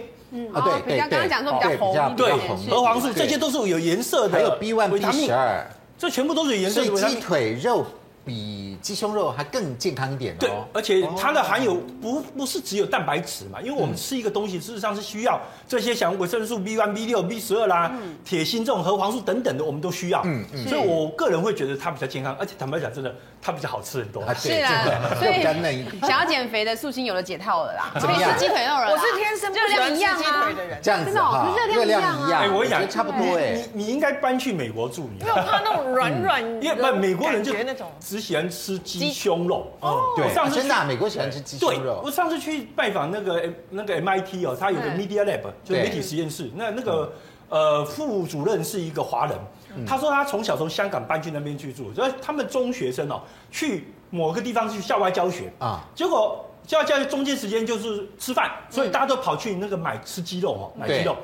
S1: 啊，对
S2: 哦比
S1: 对
S2: 较刚刚
S1: 对，
S2: 讲说比较
S1: 对
S2: 红一
S8: 对
S2: 点
S1: 比较红，
S2: 是
S8: 鹅黄素
S1: 对
S8: 这些都是有颜色的，
S1: 还有 B one、
S8: 维
S1: B
S8: 他
S1: 十
S8: 命，
S1: 二，
S8: 这全部都是有颜
S1: 所
S8: 色的
S1: 以
S8: 维他
S1: 鸡
S8: 命。
S1: 腿肉比鸡胸肉还更健康一点
S8: 对
S1: 哦，。
S8: 而且它的含有不不是只有蛋白质嘛，因为我们吃一个东西，事实上是需要这些像维生素 B 1 B 6 B 1 2啦、铁锌这种核黄素等等的，我们都需要。嗯嗯。所以我个人会觉得它比较健康，而且坦白讲，真的它比较好吃很多。
S1: 啊，
S2: 是
S1: 对，
S2: 啦
S1: 真的，
S2: 所
S1: *laughs*
S2: 以
S1: 比较嫩一点。
S2: 想要减肥的素心有了解套了啦，
S1: 怎
S2: 可
S1: 么
S2: 以
S1: 样
S2: 吃鸡腿肉了啦。
S6: 我是天生不
S2: 热量
S6: 喜欢
S2: 一
S6: 吃
S2: 样
S6: 鸡腿
S2: 啊，
S6: 的人，
S1: 这样子
S2: 真的哦
S1: 哈，
S2: 可是
S1: 热
S2: 热量
S1: 量一
S2: 一样啊
S1: 样，
S8: 哎，我跟你
S1: 觉
S8: 讲
S1: 得，差不多哎。
S8: 你你你应该搬去美国住，你知
S6: 因
S8: 道
S6: 为
S8: 吗
S6: 我怕那种软软，
S8: 因为不美国人就
S6: 感觉那种。
S8: 只喜欢吃鸡胸肉。哦，
S1: 对，
S8: 我上
S1: 啊
S8: 次
S1: 真
S8: 去
S1: 的啊，美国喜欢吃鸡
S8: 对
S1: 胸，肉
S8: 我，上次去拜访那个那个 MIT 哦，它有个 Media Lab，就是媒体实验室。那那个
S1: 嗯
S8: 呃副主任是一个华人，他说他从小从香港搬去那边去住，所以他们中学生哦去某个地方去校外教学
S1: 啊
S8: 啊，结果校外教学中间时间就是吃饭，所以大家都跑去那个买吃鸡肉
S1: 嗯
S8: 哦，买鸡肉。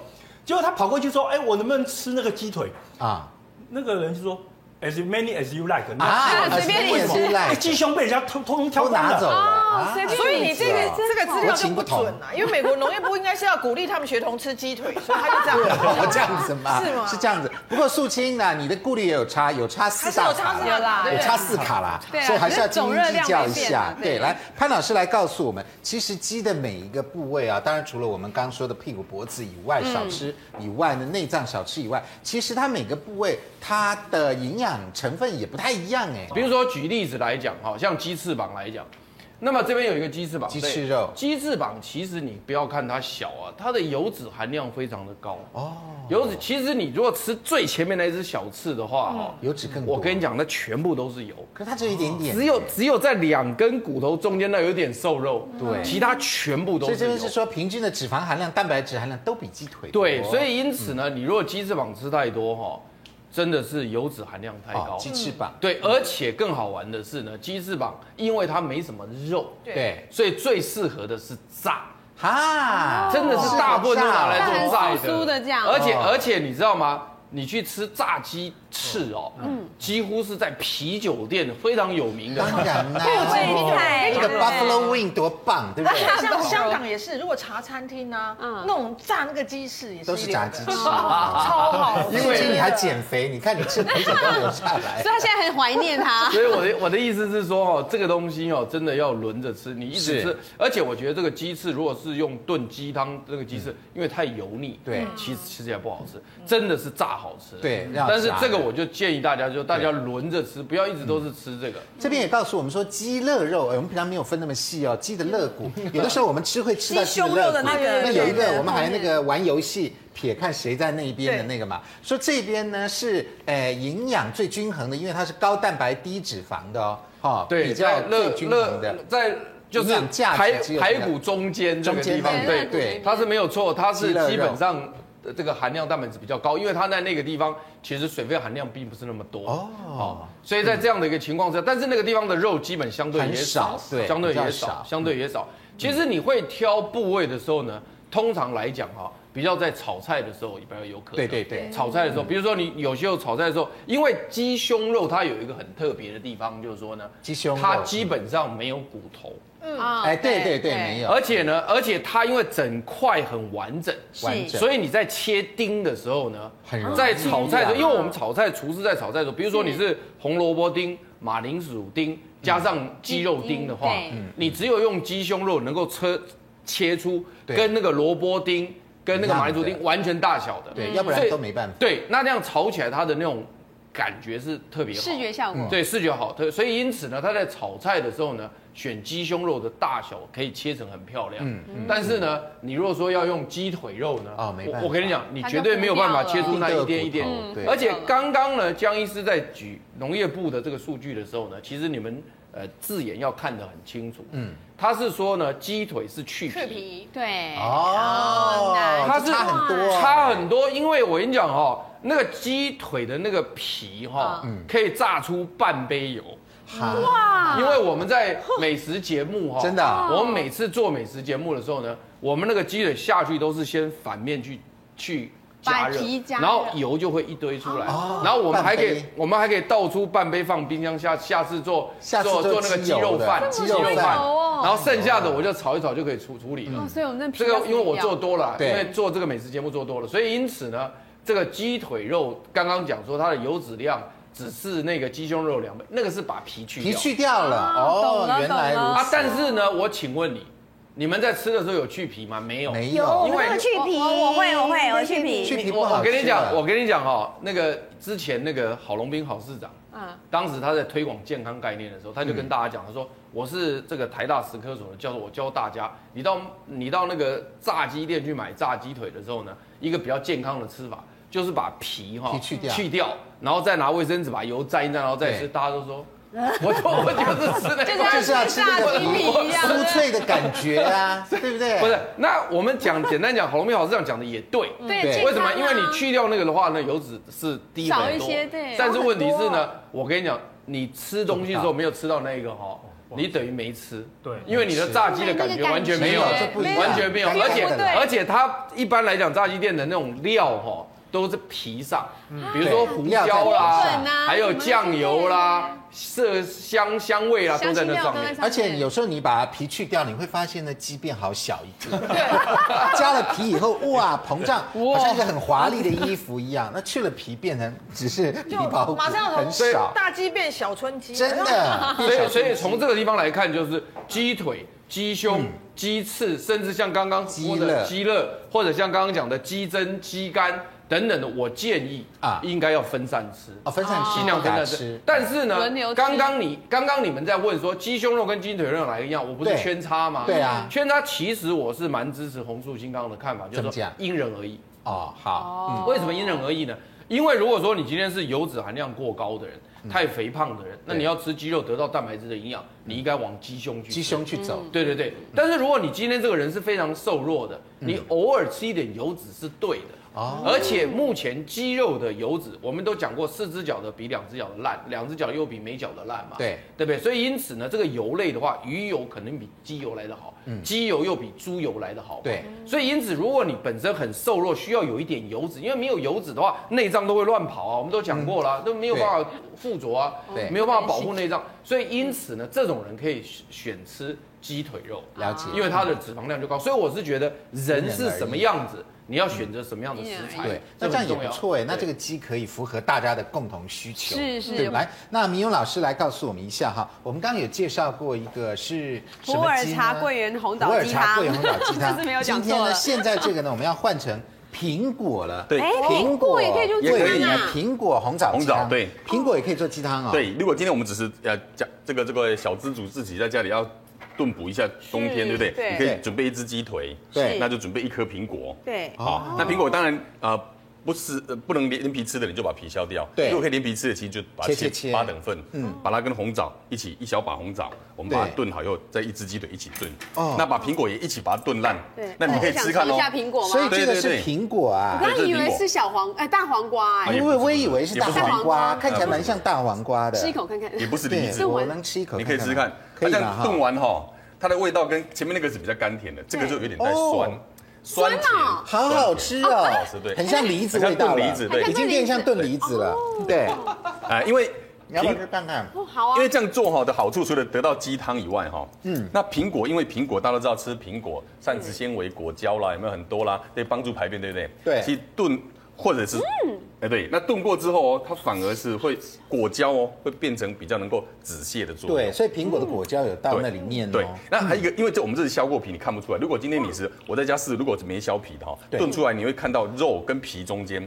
S8: 结果他跑过去说：“哎，我能不能吃那个鸡腿
S1: 啊？”
S8: 那个人就说：“As many as you like。”
S1: 啊，
S2: 随便你
S1: 也
S2: 吃
S1: 来，
S8: 哎鸡胸被人家通通通挑
S1: 都
S8: 光
S1: 拿走
S8: 了。
S1: 了啊
S2: 随便
S6: 所以你这个这个资料就不准
S1: 国情不
S6: 啊，因为美国农业部应该是要鼓励他们学童吃鸡腿，所以他就这样。 *laughs*
S1: 哦， *laughs* 这样子吗？
S6: 是吗？
S1: 这样子。不过素清呢，你的顾虑也有差，有差四大卡
S6: 还是有差四大卡
S1: 啦，
S6: 对
S2: 对
S1: 有差四卡啦，
S2: 啊
S1: 所以还是要斤斤计较
S2: 可是总
S1: 一
S2: 热量没变
S1: 下
S2: 啊。
S1: 对，
S2: 对
S1: 来潘老师来告诉我们，其实鸡的每一个部位啊，当然除了我们刚说的屁股、脖子以外少吃以外呢，内脏少吃以外，其实它每个部位它的营养成分也不太一样哎。
S3: 比如说举例子来讲，哈，像鸡翅膀来讲，那么这边有一个鸡翅膀，
S1: 鸡
S3: 对
S1: 翅肉
S3: 鸡翅膀其实你不要看它小啊，它的油脂含量非常的高哦。油脂其实你如果吃最前面那一只小翅的话，哈、
S1: 油脂更多
S3: 我跟你讲，那啊全部都是油。
S1: 可是它只有一点点，
S3: 只有
S1: 哎
S3: 只有在两根骨头中间那有一点瘦肉，对，其他全部都
S1: 所以
S3: 是
S1: 这
S3: 油
S1: 边。是说平均的脂肪含量、蛋白质含量都比鸡腿多
S3: 对，所以因此呢，你如果鸡翅膀吃太多哈，真的是油脂含量太
S1: 哦
S3: 高。
S1: 鸡翅膀
S3: 对，而且更好玩的是呢，鸡翅膀因为它没什么肉，
S1: 对
S3: 所以最适合的是炸，
S1: 哈，
S3: 真的哦是大部分都拿来做炸
S2: 它很酥酥的这样
S3: 而且
S1: 哦
S3: 而且你知道吗？你去吃炸鸡翅哦，几乎是在啤酒店非常有名
S1: *laughs*
S3: 的。
S1: 当然啦，
S2: 会菜
S1: 这个 buffalo wing 多棒，对不
S6: *laughs*
S1: 对？
S6: 像香港也是，如果茶餐厅啊，那种炸那个鸡翅也是
S1: 都是炸鸡
S6: 一
S1: 翅
S6: 流的，超好吃。
S1: 因为你还减肥，你看你吃的东西都留下
S2: *laughs*
S1: 来
S2: 所以。他现在很怀念
S6: *laughs*
S2: 它。
S3: *laughs* 所以我的我的意思是说，哦，这个东西哦，真的要轮着吃，你一
S1: 是
S3: 直吃。而且我觉得这个鸡翅如果是用炖鸡汤，这个鸡翅因为太油腻，
S1: 嗯对
S3: 其实其实也不好吃，真的是炸好吃。
S1: 对要炸嗯
S3: 但是这个我就建议大家，就大家轮着吃，不要一直都是吃这个。
S1: 这边也告诉我们说，鸡肋肉，哎我们平常没有分那么细哦，鸡的肋骨，有的时候我们吃会吃到鸡的肋
S2: 鸡胸肉
S1: 骨
S2: 的。那个
S1: 那有一个
S2: 对对
S1: 我们还那个玩游戏撇看谁在那一边的那个嘛，说这边呢是呃营养最均衡的，因为它是高蛋白低脂肪的哦，哈，
S3: 对，
S1: 比较
S3: 在
S1: 最
S3: 肋
S1: 均衡
S3: 肋
S1: 的。
S3: 在就是
S1: 营养价值
S3: 排
S1: 只有这
S3: 排
S1: 个
S3: 骨中间这个地方
S1: 中，间
S3: 对
S1: 对对
S3: 它是没有错，它
S1: 鸡
S3: 是
S1: 肋肉
S3: 基本上呃这个含量蛋白质比较高，因为它在那个地方其实水分含量并不是那么多
S1: 哦
S3: 好所以在这样的一个情况下，但是那个地方的肉基本相对也
S1: 很
S3: 嗯少
S1: 少，对
S3: 相对
S1: 比较
S3: 也
S1: 少
S3: 少，嗯相对也少。其实你会挑部位的时候呢，通常来讲哈、比较在炒菜的时候比较有可
S1: 对
S3: 能。
S1: 对对
S3: 炒菜的时候，比如说你有些时候炒菜的时候，因为鸡胸肉它有一个很特别的地方，就是说呢，
S1: 鸡胸肉
S3: 它基本上没有骨头，
S2: 啊
S1: 哎，对对对，没有
S3: 而且呢，而且它因为整块很完整，
S1: 完整，
S3: 所以你在切丁的时候呢，
S1: 很容易
S3: 在炒菜的时候，
S1: 啊
S3: 因为我们炒菜厨师在炒菜的时候，比如说你是红萝卜丁、马铃薯
S1: 嗯
S3: 丁加上鸡肉丁的话
S2: 鸡丁对，
S3: 你只有用鸡胸肉能够切切出
S1: 对
S3: 跟那个萝卜丁跟那个马铃薯
S1: 一样
S3: 丁完全大小的，
S1: 对，要不然
S3: 所以
S1: 都没办法。
S3: 对，那那样炒起来它的那种感觉是特别好，
S2: 视觉效果。
S3: 对，视觉好，特所以因此呢，他在炒菜的时候呢，选鸡胸肉的大小可以切成很漂亮。嗯，但是呢，你如果说要用鸡腿肉呢，
S1: 哦没办法
S3: 我我跟你讲，你绝对没有办法切出那一点一点
S1: 它就糊掉了嗯。对
S3: 而且刚刚呢，江医师在举农业部的这个数据的时候呢，其实你们呃字眼要看得很清楚。嗯，他是说呢，鸡腿是去
S6: 去皮，
S2: 对，
S1: 哦，
S3: 它
S1: 它
S3: 是
S1: 差很多啊，
S3: 差很多，因为我跟你讲哦，那个鸡腿的那个皮哈、可以炸出半杯油。啊
S1: 哈
S3: 因为我们在美食节目哈、
S1: *laughs* 真的啊
S3: 我们每次做美食节目的时候呢，我们那个鸡腿下去都是先反面去去加热
S2: 把皮加，热
S3: 然后油就会一堆出来，
S1: 哦
S3: 然后我们还可
S1: 半
S3: 以
S1: 杯
S3: 我们还可以倒出半杯放冰箱下，下次做
S1: 下次
S3: 做
S1: 做
S3: 那个
S1: 鸡
S3: 鸡
S1: 油
S3: 肉
S1: 的
S3: 饭，
S1: 鸡
S3: 鸡
S1: 肉
S3: 肉
S1: 饭
S3: 饭，
S2: 哦
S3: 然后剩下的我就炒一炒就可以处处理了。
S2: 哦，所以我们那皮
S3: 这个
S2: 要撕
S3: 因为我
S2: 掉
S3: 做多了，啊因
S1: 嗯对
S3: 为做这个美食节目做多了，所以因此呢，这个鸡腿肉刚刚讲说它的油脂量只是那个鸡胸肉两倍，那个是把皮去
S1: 皮
S3: 掉。
S1: 去掉了
S2: 懂
S1: 哦，
S2: 了
S1: 原来如
S2: 懂了
S1: 此
S3: 啊，但是呢，我请问你，你们在吃的时候有去皮吗？没有。
S1: 没
S4: 有，
S1: 有
S4: 我
S3: 因
S4: 们
S3: 为
S4: 都哦有去皮，
S2: 我我会我会我去皮
S1: 去皮不
S3: 我
S1: 好
S3: 我跟你
S1: 吃啊
S3: 讲
S1: 了，
S3: 我跟你讲哦，那个之前那个郝龙斌郝市长，啊，当时他在推广健康概念的时候，他就跟大家讲，他说我是这个台大食科所的教授，我教大家，你到你到那个炸鸡店去买炸鸡腿的时候呢，一个比较健康的吃法就是把皮哈
S1: 皮去掉
S3: 去掉，然后再拿卫生纸把油沾一沾，然后再吃，
S1: 对
S3: 大家都说。我就 *laughs* 我就是吃那个，
S1: 就是要吃那个
S2: 炸鸡皮一样
S1: 酥脆的感觉啊，对不对？
S3: 不是，那我们讲简单讲，郝龙斌老师这样讲的也对，
S2: 对
S1: 嗯对
S2: 健康啊
S3: 为什么？因为你去掉那个的话呢，油脂是低很
S2: 少
S3: 多
S2: 一些对
S3: 但是问题是呢，我跟你讲，你吃东西的时候没有吃到那个哈，你等于没吃。
S5: 对
S3: 因为你的炸鸡的感
S4: 没那
S3: 觉
S4: 个感
S3: 完全
S4: 觉
S3: 没有
S1: 没有这不一，样
S3: 完全没有，
S1: 这个
S3: 而且
S1: 不对
S3: 而且它一般来讲炸鸡店的那种料哈。都是皮上，比如说
S1: 对
S3: 胡
S1: 料在
S3: 椒啦
S1: 皮上，
S3: 还有
S2: 什么
S3: 酱油
S2: 之类
S3: 啦
S2: 的、
S3: 色香香味
S1: 啊
S3: 啦，都
S2: 香
S3: 在
S2: 辛
S3: 那
S2: 料
S3: 上
S2: 都
S3: 面
S2: 在。上面，
S1: 而且有时候你把皮去掉，你会发现呢，鸡变好小一只。 *laughs* 加了皮以后，哇，膨胀，好像一个很华丽的衣服一样。那去了皮，变成只是皮包
S6: 就
S1: 骨，
S6: 马上
S1: 很
S6: 从
S1: 少，
S6: 大鸡变小春鸡，
S1: 真的。
S3: 所以，所以从这个地方来看，就是鸡腿、鸡胸、鸡翅，甚至像刚刚说的
S1: 嗯鸡
S3: 鸡肋，或者像刚刚讲的鸡胗、鸡肝等等的，我建议
S1: 啊
S3: 啊，应该要分散吃。
S1: 哦，分散吃，
S3: 尽量分
S1: 大
S3: 散
S1: 家
S3: 吃
S1: 吃，，
S3: 但是
S2: 轮流
S3: 呢，
S2: 吃
S3: 刚刚你刚刚你们在问说鸡胸肉跟鸡腿肉哪一个一样，我不是
S1: 对
S3: 圈叉吗？
S1: 对啊
S3: 圈叉其实我是蛮支持红树新刚刚的看法，就
S1: 怎么
S3: 是说
S1: 讲
S3: 因人而异。
S1: 哦，好，嗯，
S3: 为什么因人而异呢？因为如果说你今天是油脂含量过高的人，
S1: 嗯
S3: 太肥胖的人，那你要吃鸡肉得到蛋白质的营养，你应该往鸡胸去吃。
S1: 鸡胸去走，
S3: 对对对，但是如果你今天这个人是非常瘦弱的，你偶尔吃一点油脂是对的。
S1: 嗯哦
S3: 而且目前鸡肉的油脂，我们都讲过，四只脚的比两只脚的烂，两只脚又比没脚的烂嘛。
S1: 对，
S3: 对不对？所以因此呢，这个油类的话，鱼油肯定比鸡油来的好，鸡油又比猪油来的好嘛。
S1: 嗯对
S3: 所以因此，如果你本身很瘦弱，需要有一点油脂，因为没有油脂的话，内脏都会乱跑啊。我们都讲过了啊，都没有
S1: 嗯对
S3: 办法附着啊
S1: 对，
S3: 没有办法保护内脏。所以因此呢，这种人可以选选吃鸡腿肉。
S1: 了解。
S3: 因为它的脂肪量就高，所以我是觉得人是什么样子，你要选择什么样的食
S2: 嗯
S3: 材，
S1: 对，那这样
S3: 很
S1: 也
S3: 重要
S1: 不错哎，那这
S3: 对
S1: 个鸡可以符合大家的共同需求，
S2: 是是
S1: 对，来，那明勇老师来告诉我们一下哈，我们刚刚有介绍过一个是什
S2: 普
S1: 么
S2: 洱
S1: 鸡
S2: 茶
S1: 呢
S2: 桂圆红
S1: 普
S2: 枣
S1: 洱
S2: 鸡
S1: 茶
S2: 汤
S1: 桂，圆红枣
S2: *laughs*
S1: 鸡汤，
S2: 这是没有讲
S1: 今天
S2: 错
S1: 呢，
S2: 了。
S1: 现在这个呢，我们要换成苹果了，
S7: 对
S2: 哎，
S1: 苹
S2: 苹
S1: 果
S2: 果也可以入
S7: 也可
S1: 桂
S2: 汤
S7: 以
S1: 圆
S2: 啊，
S1: 苹果红枣
S7: 红
S1: 鸡
S7: 枣
S1: 汤，
S7: 对，
S1: 苹果也可以做鸡汤哦，，
S7: 对，如果今天我们只是呃家这个这个小资主自己在家里要炖补一下冬天，对不对？
S6: 对
S7: 你可
S1: 对
S7: 以准备一只鸡腿，
S1: 对哦
S7: 那就准备一颗苹果。
S6: 对，
S7: 好，那苹果当然呃不吃呃不能连连皮吃的，你就把皮削掉。
S1: 对
S7: 如果可以连皮吃的，其实就把它
S1: 切切
S7: 切
S1: 切
S7: 八等份，嗯，把它跟红枣一起一小把红枣，我们把它
S1: 对
S7: 炖好以后，再一只鸡腿一起炖。
S1: 哦
S7: 哦，那把苹果也一起把它炖烂。
S2: 对
S7: 那你可以吃看
S2: 我
S7: 哦
S2: 想。吃一下苹果吗
S1: 所以这
S7: 对
S1: 个
S7: 对
S1: 是
S7: 对，
S1: 苹果哦啊。
S2: 我刚以
S7: 对这是苹
S2: 为
S7: 果
S2: 是小黄，哎，大黄瓜，
S7: 哎
S2: 哎
S7: 呀，
S1: 因为我以为是大
S7: 也不是
S1: 黄
S2: 黄
S1: 瓜，
S2: 瓜
S1: 看起来蛮像大黄瓜的。
S2: 吃一口看看。
S7: 也不是梨
S1: 对，
S7: 子，
S1: 我能吃一口，
S7: 你可以试试看。
S1: 可以
S7: 它这
S1: 吗？
S7: 样
S1: 哈
S7: 炖完哈，它的味道跟前面那个是比较甘甜的，这个就有点带酸
S1: 哦，
S7: 酸甜
S2: 酸哦
S1: 好好吃哦
S7: 好吃，对
S1: 很像梨子味道
S7: 很像
S1: 了，
S7: 炖梨子对
S1: 已经变像炖梨子了，哦对。
S7: 啊，因为
S1: 你要不要
S7: 苹
S1: 去看看？
S2: 哦，好啊
S7: 因为，这样做哈的好处，除了得到鸡汤以外哈，嗯，那苹果，因为苹果大家都知道吃苹果，膳食纤维、果胶啦，有没有很多啦？对，帮助排便，对不对？
S1: 对
S7: 其实炖或者是，哎对，那炖过之后哦，它反而是会果胶哦，会变成比较能够止泻的作用。
S1: 对，所以苹果的果胶有到那里面
S7: 对
S1: 哦。，
S7: 那还有一个，因为这我们这是削过皮，你看不出来。如果今天你是我在家试，如果没削皮的哈，
S1: 对
S7: 炖出来你会看到肉跟皮中间，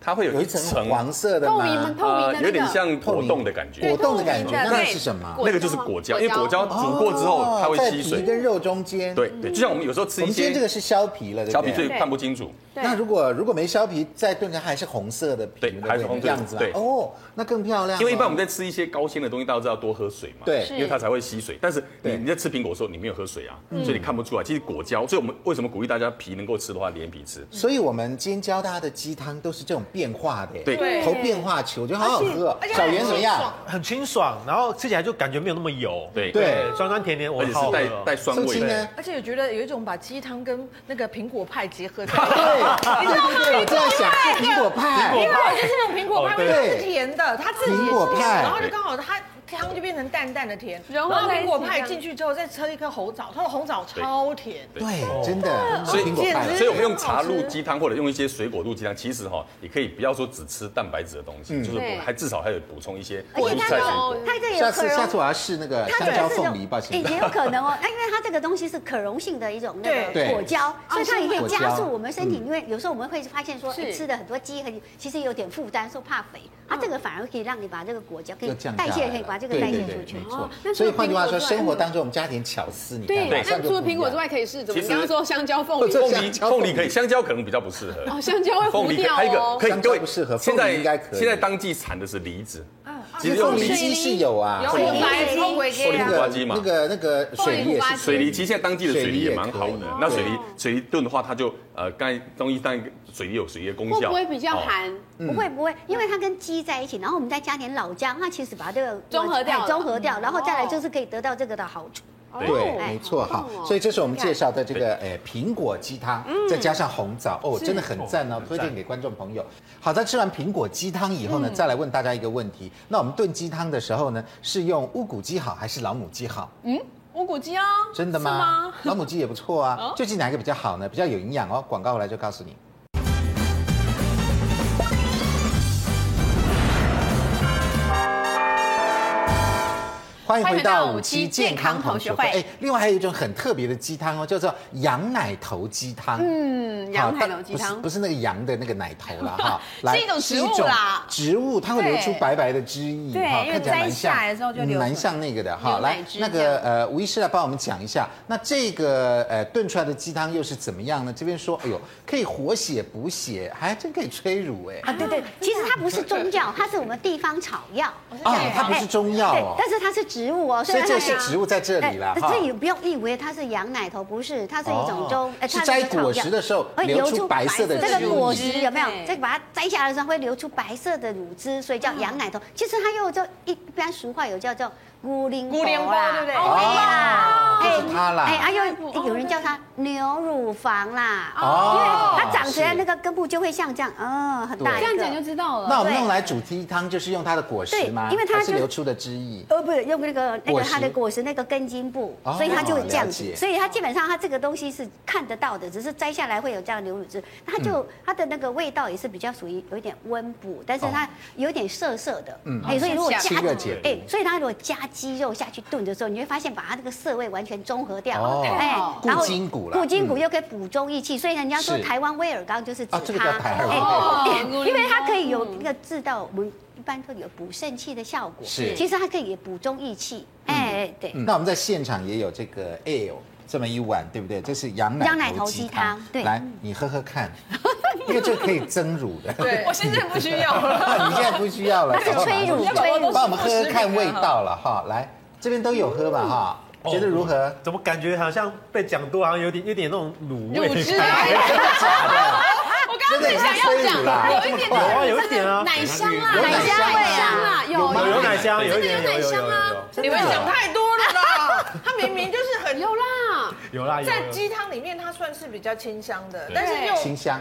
S7: 它会有
S1: 有
S7: 一
S1: 一
S7: 层呃
S1: 层黄色的
S2: 透明吗
S1: 吗？
S2: 透明的那个
S7: 有点像果冻的感
S1: 果
S7: 觉。
S1: 冻的感觉，
S2: 对
S1: 那是什么？
S2: 果
S7: 那个
S4: 哦
S7: 就是果胶，因为果胶煮过之后它会
S1: 哦在
S7: 吸
S1: 皮
S7: 水。
S1: 跟肉中间。
S7: 对，对，就像我们有时候吃
S1: 我
S7: 一
S1: 们今
S7: 些
S1: 天这个是削皮了，对
S7: 削
S1: 不
S7: 皮，所以
S1: 对？
S7: 看不清楚。
S2: 对
S1: 那如果如果没削皮，再炖成还是红色的皮
S7: 对
S1: 的
S7: 还是红色的
S1: 样子啊
S7: 对
S1: 哦，那更漂
S4: 嗯
S1: 亮了。
S7: 因为一般我们在吃一些高纤的东西，大家都知道多喝水嘛，
S1: 对
S7: 因为它才会吸水。但是你
S1: 对
S7: 你在吃苹果的时候，你没有喝水啊，
S4: 嗯
S7: 所以你看不出来。其实果胶，所以我们为什么鼓励大家皮能够吃的话，连皮吃。
S1: 所以我们今天教大家的鸡汤都是这种变化的耶，
S7: 对对
S1: 投变化球，我觉得好好喝哦。小圆怎么样？
S5: 很清爽，然后吃起来就感觉没有那么油，
S7: 对
S1: 对
S5: 酸酸甜甜，我
S7: 而且
S5: 好
S7: 是
S5: 好喝
S7: 带
S5: 哦
S7: 带酸
S1: 宋
S7: 味
S1: 青
S7: 的
S1: 呢。？
S6: 而且我觉得有一种把鸡汤跟那个苹果派结合在 *laughs*
S1: 对对对对，我就在想是苹果派，
S6: 对，就是那种苹果派，
S5: 哦对
S6: 因为它是甜的，它自己也
S1: 苹果
S6: 是甜的
S1: 派
S6: 然后就刚好它汤就变成淡淡的甜，然
S2: 融
S6: 后
S2: 合在一
S6: 苹
S2: 起
S6: 果派进去之后再吃一颗红枣，它的红枣超甜，
S1: 对，真的，
S7: 所以
S1: 苹果派，
S7: 所以我们用茶入鸡汤或者用一些水果入鸡汤，其实哈，你可以不要说只吃蛋白质的东西，
S1: 嗯
S7: 就是
S2: 对
S7: 还至少还有补充一些
S4: 而且
S7: 蔬
S4: 它
S7: 菜水
S4: 有
S7: 果。
S4: 它这个
S1: 下
S4: 有可
S1: 次下
S4: 溶
S1: 次我要试那个
S4: 它
S1: 香
S4: 这
S1: 蕉
S4: 个是
S1: 凤梨，抱歉
S4: 哎。也有可能哦。 *laughs* 那因为它这个东西是可溶性的一种那
S1: 对嗯
S4: 个果胶，所以它也可以加
S1: 果胶
S4: 速我们身体。因为有时候我们会发现说，
S2: 哦是嗯
S4: 哎吃的很多鸡很其实有点负担，说怕肥，啊，这个反而可以让你把这个果胶可以
S1: 就降下来了
S4: 代谢，可以把这个
S1: 对
S4: 代谢
S1: 对
S4: 出
S1: 对
S4: 去哦
S1: 没。错
S2: 那除了
S1: 所以换句话
S2: 苹
S1: 说，
S2: 果之外
S1: 生活当中我们加点巧思，你看
S2: 对，
S1: 马
S2: 那
S1: 上就
S2: 除了
S1: 不一
S2: 苹果之
S1: 样
S2: 外，可以是怎么？
S7: 其
S2: 你
S7: 实
S2: 刚刚说香蕉凤梨，
S1: 这
S7: 凤
S1: 香
S7: 梨
S1: 蕉
S7: 凤梨可以，香蕉可能比较不适合。
S2: 哦，香蕉会
S7: 凤
S2: 糊
S7: 梨
S2: 掉
S7: 还有一
S2: 哦
S7: 个。可以，
S1: 香蕉
S7: 各位
S1: 不适合
S7: 现
S1: 凤梨
S7: 在
S1: 应该可以
S7: 现在当季产的是梨子，
S2: 啊
S7: 其实
S1: 凤
S7: 用
S1: 梨
S7: 梨
S1: 鸡是有啊，
S6: 有
S4: 凤梨
S6: 白葱鬼
S7: 凤
S6: 街
S7: 梨
S1: 那
S6: 啊
S7: 不。
S1: 个
S7: 花鸡嘛
S1: 那个那个水梨也是
S7: 水梨，其实现在当季的水
S1: 水梨
S7: 梨
S1: 也
S7: 也蛮好
S1: 可
S7: 的
S1: 以。
S7: 那水梨水梨炖的话，它就呃，刚才中医当然水梨有水梨的功
S2: 会
S7: 效，
S2: 不会比较
S7: 哦
S2: 寒？
S4: 不会不会，因为它跟鸡在一起，然后我们再加点老姜，那其实把这
S1: *laughs*
S4: 个
S2: 中和掉了
S4: 哎中和掉，然后再来就是可以得到这个的好处。
S1: 对，
S4: 哎
S1: 没错哈
S2: 好棒。哦嗯
S1: 所以这是我们介绍的这个诶苹果鸡汤，再加上红枣哦，真的很赞哦，推荐给观众朋友。好的，吃完苹果鸡汤以
S2: 嗯
S1: 后呢，再来问大家一个问题：那我们炖鸡汤的时候呢，是用乌骨鸡好还是老母鸡好？
S2: 乌骨
S9: 啊
S2: 鸡哦，
S1: 真的
S2: 是
S1: 吗？老母鸡也不错啊，究竟哪一个比较好呢？比较有营养哦。广告回来就告诉你。欢迎回到五期健康同学会。哎，另外还有一种很特别的鸡汤哦，叫做羊奶头鸡汤。
S2: 嗯，羊奶头鸡
S1: 好但
S2: 汤
S1: 不是不。是那个羊的那个奶头
S2: *laughs*
S1: 啦，哈，
S2: 是一种植物啦
S1: 是一种植物它会流出白白的汁液，
S2: 对
S1: 哈
S2: 因为
S1: 看起来
S2: 摘
S1: 蛮像
S2: 下来之后就流出来
S1: 蛮像那个的
S2: 牛
S1: 哈。
S2: 奶
S1: 来，
S2: 汁
S1: 那
S2: 这
S1: 个
S2: 样
S1: 呃，吴医师来帮我们讲一下，那这个呃炖出来的鸡汤又是怎么样呢？这边说，哎呦，可以活血补血，还真可以催乳哎。
S4: 啊，对对，其实它不是中药，它是我们地方草药。哎
S1: 啊，它
S2: 哎
S1: 不是中药
S4: 对
S1: 哦，，
S4: 但是它是植物哦，
S1: 所以
S4: 它
S1: 这个是植物在这
S4: 哎
S1: 里啦哈
S4: 所。以不用以为它是羊奶头，不是，它是一种中
S1: 哦，
S4: 哎
S1: 是
S4: 它
S1: 摘
S4: 一种
S1: 果
S4: 草
S1: 实
S4: 药哎
S1: 的时候
S4: 会
S1: 流出白色的
S4: 这
S1: 汁
S4: 个果
S2: 液
S4: 实有没有
S2: 对？
S4: 再把它摘下来的时候会哎流出白色的乳汁，所以叫羊
S1: 哦
S4: 奶头。其实它又叫一般俗话有叫叫孤零
S6: 孤零
S4: 狗
S6: 包
S4: 啦
S6: 对不对
S4: 哎呀，
S1: 哦就是它啦
S4: 哎，还有哎有人叫它牛乳房啦，
S1: 哦
S4: 因为它长起来
S1: 是
S4: 那个根部就会像这样，嗯，很大一
S1: 对
S4: 个。
S2: 这样讲就知道了。
S1: 那我们用来煮鸡汤，就是用它的果实
S4: 对
S1: 吗？
S4: 因为它
S1: 还是
S4: 就
S1: 流出的汁液。
S4: 呃，不是用那个那
S1: 果
S4: 个
S1: 实
S4: 它的果实那个根茎部
S1: 哦，
S4: 所以它就有这样
S1: 了解
S4: 子，所以它基本上它这个东西是看得到的，只是摘下来会有这样流乳汁，它
S1: 嗯
S4: 就它的那个味道也是比较属于有一点温补，但是
S1: 哦
S4: 它有点涩涩的，
S1: 嗯
S4: 哎，所以如果加
S1: 清热解毒
S4: 哎，所以它如果加鸡肉下去炖的时候，你会发现把它那个涩味完全中和掉
S1: 哦，
S4: 哎
S1: 顾筋骨啦
S4: 固筋骨又可以补中益气，所以人家说
S1: 是
S4: 台湾威尔刚就是指
S1: 啊这个
S4: 它
S1: 叫台，湾威尔刚
S2: 哦
S4: 哎
S2: 咕噜
S4: 因为它可以有一个治到我们一般都有补肾气的效果，
S1: 是
S4: 其实它可以也补中益气，哎，对。
S1: 嗯那我们在现场也有这个 ale 这么一碗，对不对？这是羊奶
S4: 羊奶
S1: 头
S4: 头
S1: 鸡
S4: 鸡
S1: 汤
S4: 汤，对
S1: *laughs* 来你喝喝看，因为这可以增乳的。
S6: 对
S9: 我现在不
S2: *laughs*
S9: 需要了。
S1: *laughs* 你现在不需要了， *laughs*
S4: 它是催乳
S1: 赶快拿
S4: 催乳
S1: 帮我们喝喝看味道了 *laughs* 哈，来这边都有喝吧哈，觉得如何？
S5: 怎么感觉好像被讲多，好像有点有点那种卤味
S9: 乳
S5: 的
S9: 汁
S5: 感觉？
S9: 我刚刚正想要讲，有一点
S5: 有
S9: 点
S5: 啊，有一点啊，
S2: 奶香啊，
S1: 有奶香
S2: 奶香啊，有
S5: 有有奶香，有一
S2: 真
S5: 点
S2: 的有
S5: 有
S2: 奶
S5: 有
S2: 香
S5: 有有
S2: 啊
S5: 有
S6: 你们想太多了
S1: *laughs*
S6: 啦！它明明就是很
S2: 有啦，
S5: 有啦有
S6: 在
S5: 有。
S6: 鸡汤里面，它算是比较清香的，但是又
S1: 清香，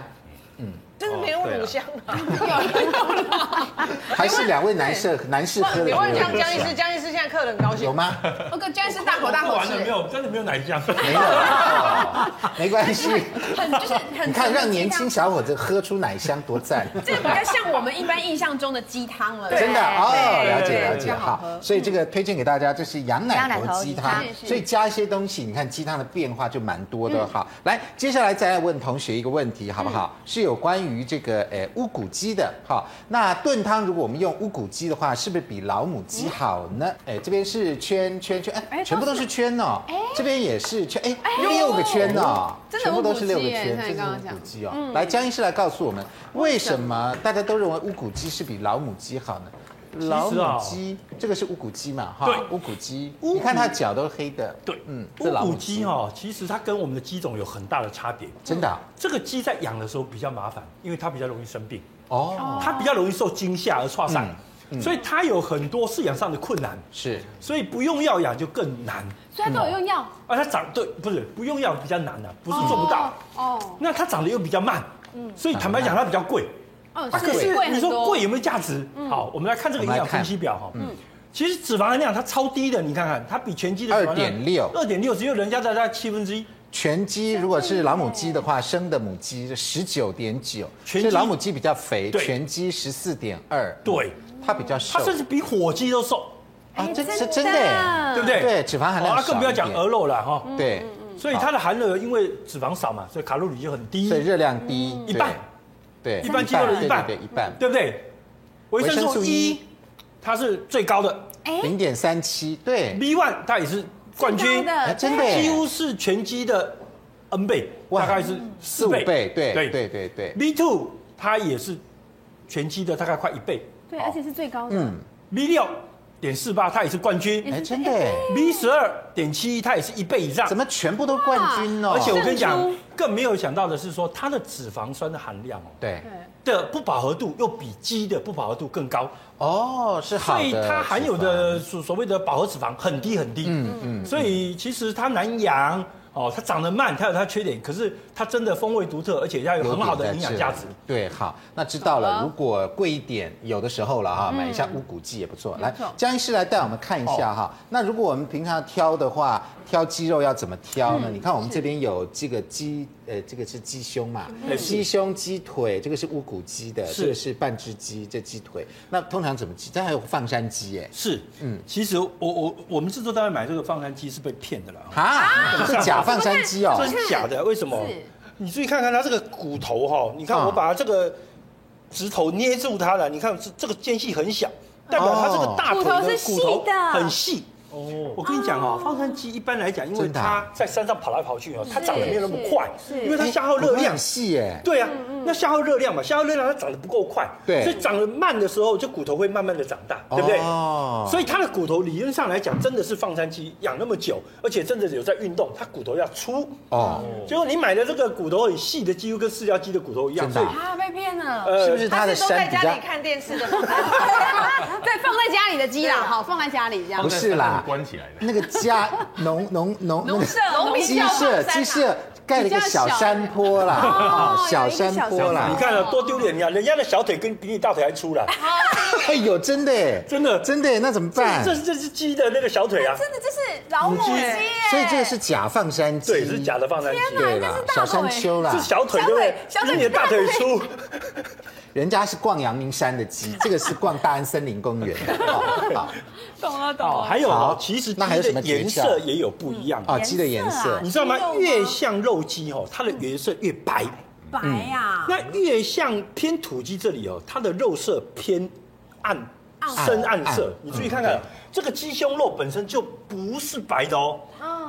S6: 就是没有
S5: 哦对啊
S6: 乳香啊。
S1: 还是两位男 *laughs* 士男士喝的
S6: 你
S1: 有没
S6: 问
S1: 有
S6: 江
S1: 乳
S6: 江医师，
S1: 香？
S6: 江医师现在客人很高
S1: *laughs*
S6: 兴
S1: 有。吗？
S9: *laughs* 我跟姜是大口大
S8: 喝
S9: 口
S8: 完了没
S9: 吃，
S8: 有？真的没有奶香。
S1: 没 *laughs* 有，哦没关 *laughs* 系。
S9: 很就是很。
S1: 你看，让年轻小伙子喝出奶香多赞！啊
S9: 这个比较像我们一般印象中的鸡汤了。
S1: 真的哦，了解
S5: 对
S1: 了解哈。所以这个推荐给大家，这是羊奶
S4: 羊奶
S1: 头
S4: 头
S1: 鸡
S4: 鸡
S1: 汤
S4: 汤，
S1: 所以加一些东西，你看鸡汤的变化就蛮多的哈。来，接下来再来问同学一个问题，好不好？是有关于这个诶乌骨鸡的哈。那炖汤如果我们用乌骨鸡的话，是不是比老母鸡好呢？哎，这边是圈圈圈，哎，全部都是圈哦。这边也是圈，哎，六个圈哦，
S9: 真的
S1: 全部都是六个
S9: 乌骨鸡耶
S1: 圈，这
S9: 像
S1: 是
S9: 你刚刚
S1: 乌骨
S9: 讲
S1: 鸡哦。
S8: 嗯
S1: 来，江医师来告诉我们，为什么大家都认为乌骨鸡是比老母鸡好呢？老母鸡，这个是乌骨鸡嘛？哈，
S8: 哦对
S1: 乌骨鸡，
S8: 乌骨
S1: 你看它脚都是黑的。
S8: 对，嗯，
S1: 这
S8: 乌
S1: 老
S8: 骨
S1: 母
S8: 鸡哦，其实它跟我们的鸡种有很大的差别。
S1: 真的啊
S8: 这个鸡在养的时候比较麻烦，因为它比较容易生病，
S1: 哦，嗯
S8: 它比较容易受惊吓而窜散，所以它有很多饲养上的困难，
S1: 是
S8: 所以不用药养就更难。
S2: 虽然都有用药
S8: 啊，它长对不是不用药比较难啊，不是做不到。
S2: 哦，
S8: 那它长得又比较慢，
S1: 嗯
S8: 所以坦白讲它比较贵。
S2: 哦
S8: 啊，可
S2: 是
S8: 是
S2: 贵
S8: 你
S2: 很
S8: 说
S2: 多
S8: 贵，有没有价值？好，我们来看这个营养分析表哈。嗯，其实脂肪含量它超低的，你看看它比全鸡的
S1: 2.6
S8: 二点六只有人家的大概七分之一，
S1: 全鸡，如果是老母鸡的话，生的母鸡十九点九，所
S8: 全鸡
S1: 以老母鸡比较肥，
S8: 对
S1: 全鸡十四点二，
S8: 对，
S1: 它比较瘦
S8: 它。甚至哎比火鸡都瘦，
S9: 哎
S1: 啊，这是真的
S2: 嗯
S1: 耶，
S8: 对不对？
S1: 对脂肪含量
S8: 哦那更不要
S1: 少一
S8: 讲
S1: 点
S8: 鹅肉了哈。
S1: 对，
S8: 所以它的含热因为脂肪少嘛，所以卡路里就很低
S1: 所，以热量低
S8: 一半，
S1: 对，对
S8: 一般鸡肉的一半
S1: 对对对一半，
S8: 对不对？维生
S1: 维生素
S8: 素
S1: E
S8: E 它是最高的
S1: 零点三七，对，
S8: ，B one 它也是冠军，
S1: 哎真的耶
S8: 几乎是全鸡的 N 倍，
S1: 哇
S8: 大概是
S1: 四
S8: 四
S1: 五
S8: 倍。
S1: 倍，对对对对，
S8: B two 它也是全鸡的大概快一倍
S2: 对，而且是最高的，
S1: 嗯，
S8: ，B 六点四八它也是冠军
S1: 哎，真的耶，
S8: ，B 十二点七一它也是一倍以上
S1: 怎。么全部都冠军哦？
S8: 啊而且我跟你讲，更没有想到的是说，它的脂肪酸的含量哦
S1: 对，
S8: 的不饱和度又比鸡的不饱和度更高，
S1: 哦，是好
S8: 所
S1: 的
S8: 以
S1: 脂肪，
S8: 它含有的所所谓的饱和脂肪很低很低。嗯嗯，所以其实它难养哦，它长得慢，它有它的缺点，可是它真的风味独特，而且它有很好的营养价值。
S1: 对，好，那知道了。如果贵一点，有的时候了哈，买一下乌骨鸡也不错。来，江医师来带我们看一下
S8: 哦
S1: 哈。那如果我们平常挑的话，挑鸡肉要怎么挑呢？你看我们这边有这个鸡，呃，这个是鸡胸嘛，鸡胸、鸡腿，这个是乌骨鸡的，
S8: 嗯是
S1: 这个是半只鸡，这鸡腿。那通常怎么鸡？但还有放山鸡耶。
S8: 是，嗯，其实我我我们制作单位买这个放山鸡是被骗的啦，哦
S1: 哈，是假放山鸡哦
S8: 这。是假的，为什么？你注意看看它这个骨头哈、你看
S1: 嗯
S8: 我把它这个指头捏住它了，你看这这个间隙很小，代表它这个大腿
S2: 哦骨头
S8: 的
S2: 是细
S8: 骨
S2: 的
S8: 头很细。哦，我跟你讲哦，放山鸡一般来讲，因为
S1: 真的啊哎
S8: 它在山上跑来跑去哦，它长得没有那么快，因为它消耗热
S1: 骨头
S8: 量
S1: 很。细耶。
S8: 对啊，那消耗热量嘛，消耗热量它长得不够快，
S1: 对
S8: 所以长得慢的时候，就骨头会慢慢的长大，对不对？
S1: 哦
S8: 所以它的骨头理论上来讲，真的是放山鸡养那么久，而且真的有在运动，它骨头要粗。
S1: 哦，
S8: 结果你买的这个骨头很细的鸡，又跟饲料鸡的骨头一样，
S1: 真的啊
S9: 啊，被骗了。 *laughs*
S8: 呃
S1: 是不是它的
S6: 都在
S1: 山比
S6: 家
S1: 较
S6: 里？看电视的吗，
S2: 对，放在家里的鸡啦，好，放在家里这样
S1: 不。是啦，
S7: 关起来的。
S1: 那个家农农 *laughs* 农那个
S9: 舍农民
S1: 鸡
S9: 叫
S1: 舍
S9: 放山啊
S1: 鸡舍盖了一个小山坡啦，啊，小山坡
S8: 你
S1: 啦，
S8: 看了多丢脸呀！人家的小腿跟比你大腿还粗了，
S1: 哎呦，真的耶，
S8: 真的
S1: 真的耶，那怎么办？
S8: 这是这是鸡的那个小腿啊，
S9: 真的这是老母鸡耶，
S1: 所以这个是假放山鸡，
S8: 对，是假的放山鸡。哎
S1: 对啊啦，小山丘啦
S8: 是，小腿对不对？
S9: 小腿
S8: 比你的大腿粗，
S1: 人家是逛阳明山的 *laughs* 鸡，这个是逛大安森林公 *laughs* 园的，哦好
S9: 懂了懂
S8: 哦，还有
S1: 好
S8: 哦，其实鸡
S1: 那还有什么
S8: 的
S1: 诀
S8: 颜
S1: 窍
S8: 色也有不一样
S1: 啊，鸡的颜色
S8: 你知道吗？啊越像哦肉鸡哦，它的颜色越白；
S9: 白呀，
S8: 那越像偏土鸡这里哦，它的肉色偏暗、深暗色
S1: 暗。
S8: 你注意看看
S1: 嗯，
S8: 这个鸡胸肉本身就不是白的哦，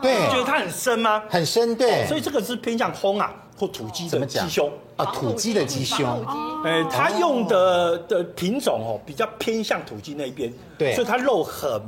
S8: 你
S1: 对，
S8: 觉得它很深吗？哦
S1: 很深对
S8: 所，以这个是偏向烘啊，或土鸡
S1: 怎
S8: 的
S1: 么
S8: 鸡
S1: 讲
S8: 胸。
S1: 啊，哦土鸡的鸡胸，
S8: 哎，它用的的品种哦，比较偏向土鸡那边，
S1: 对
S8: 所以它肉很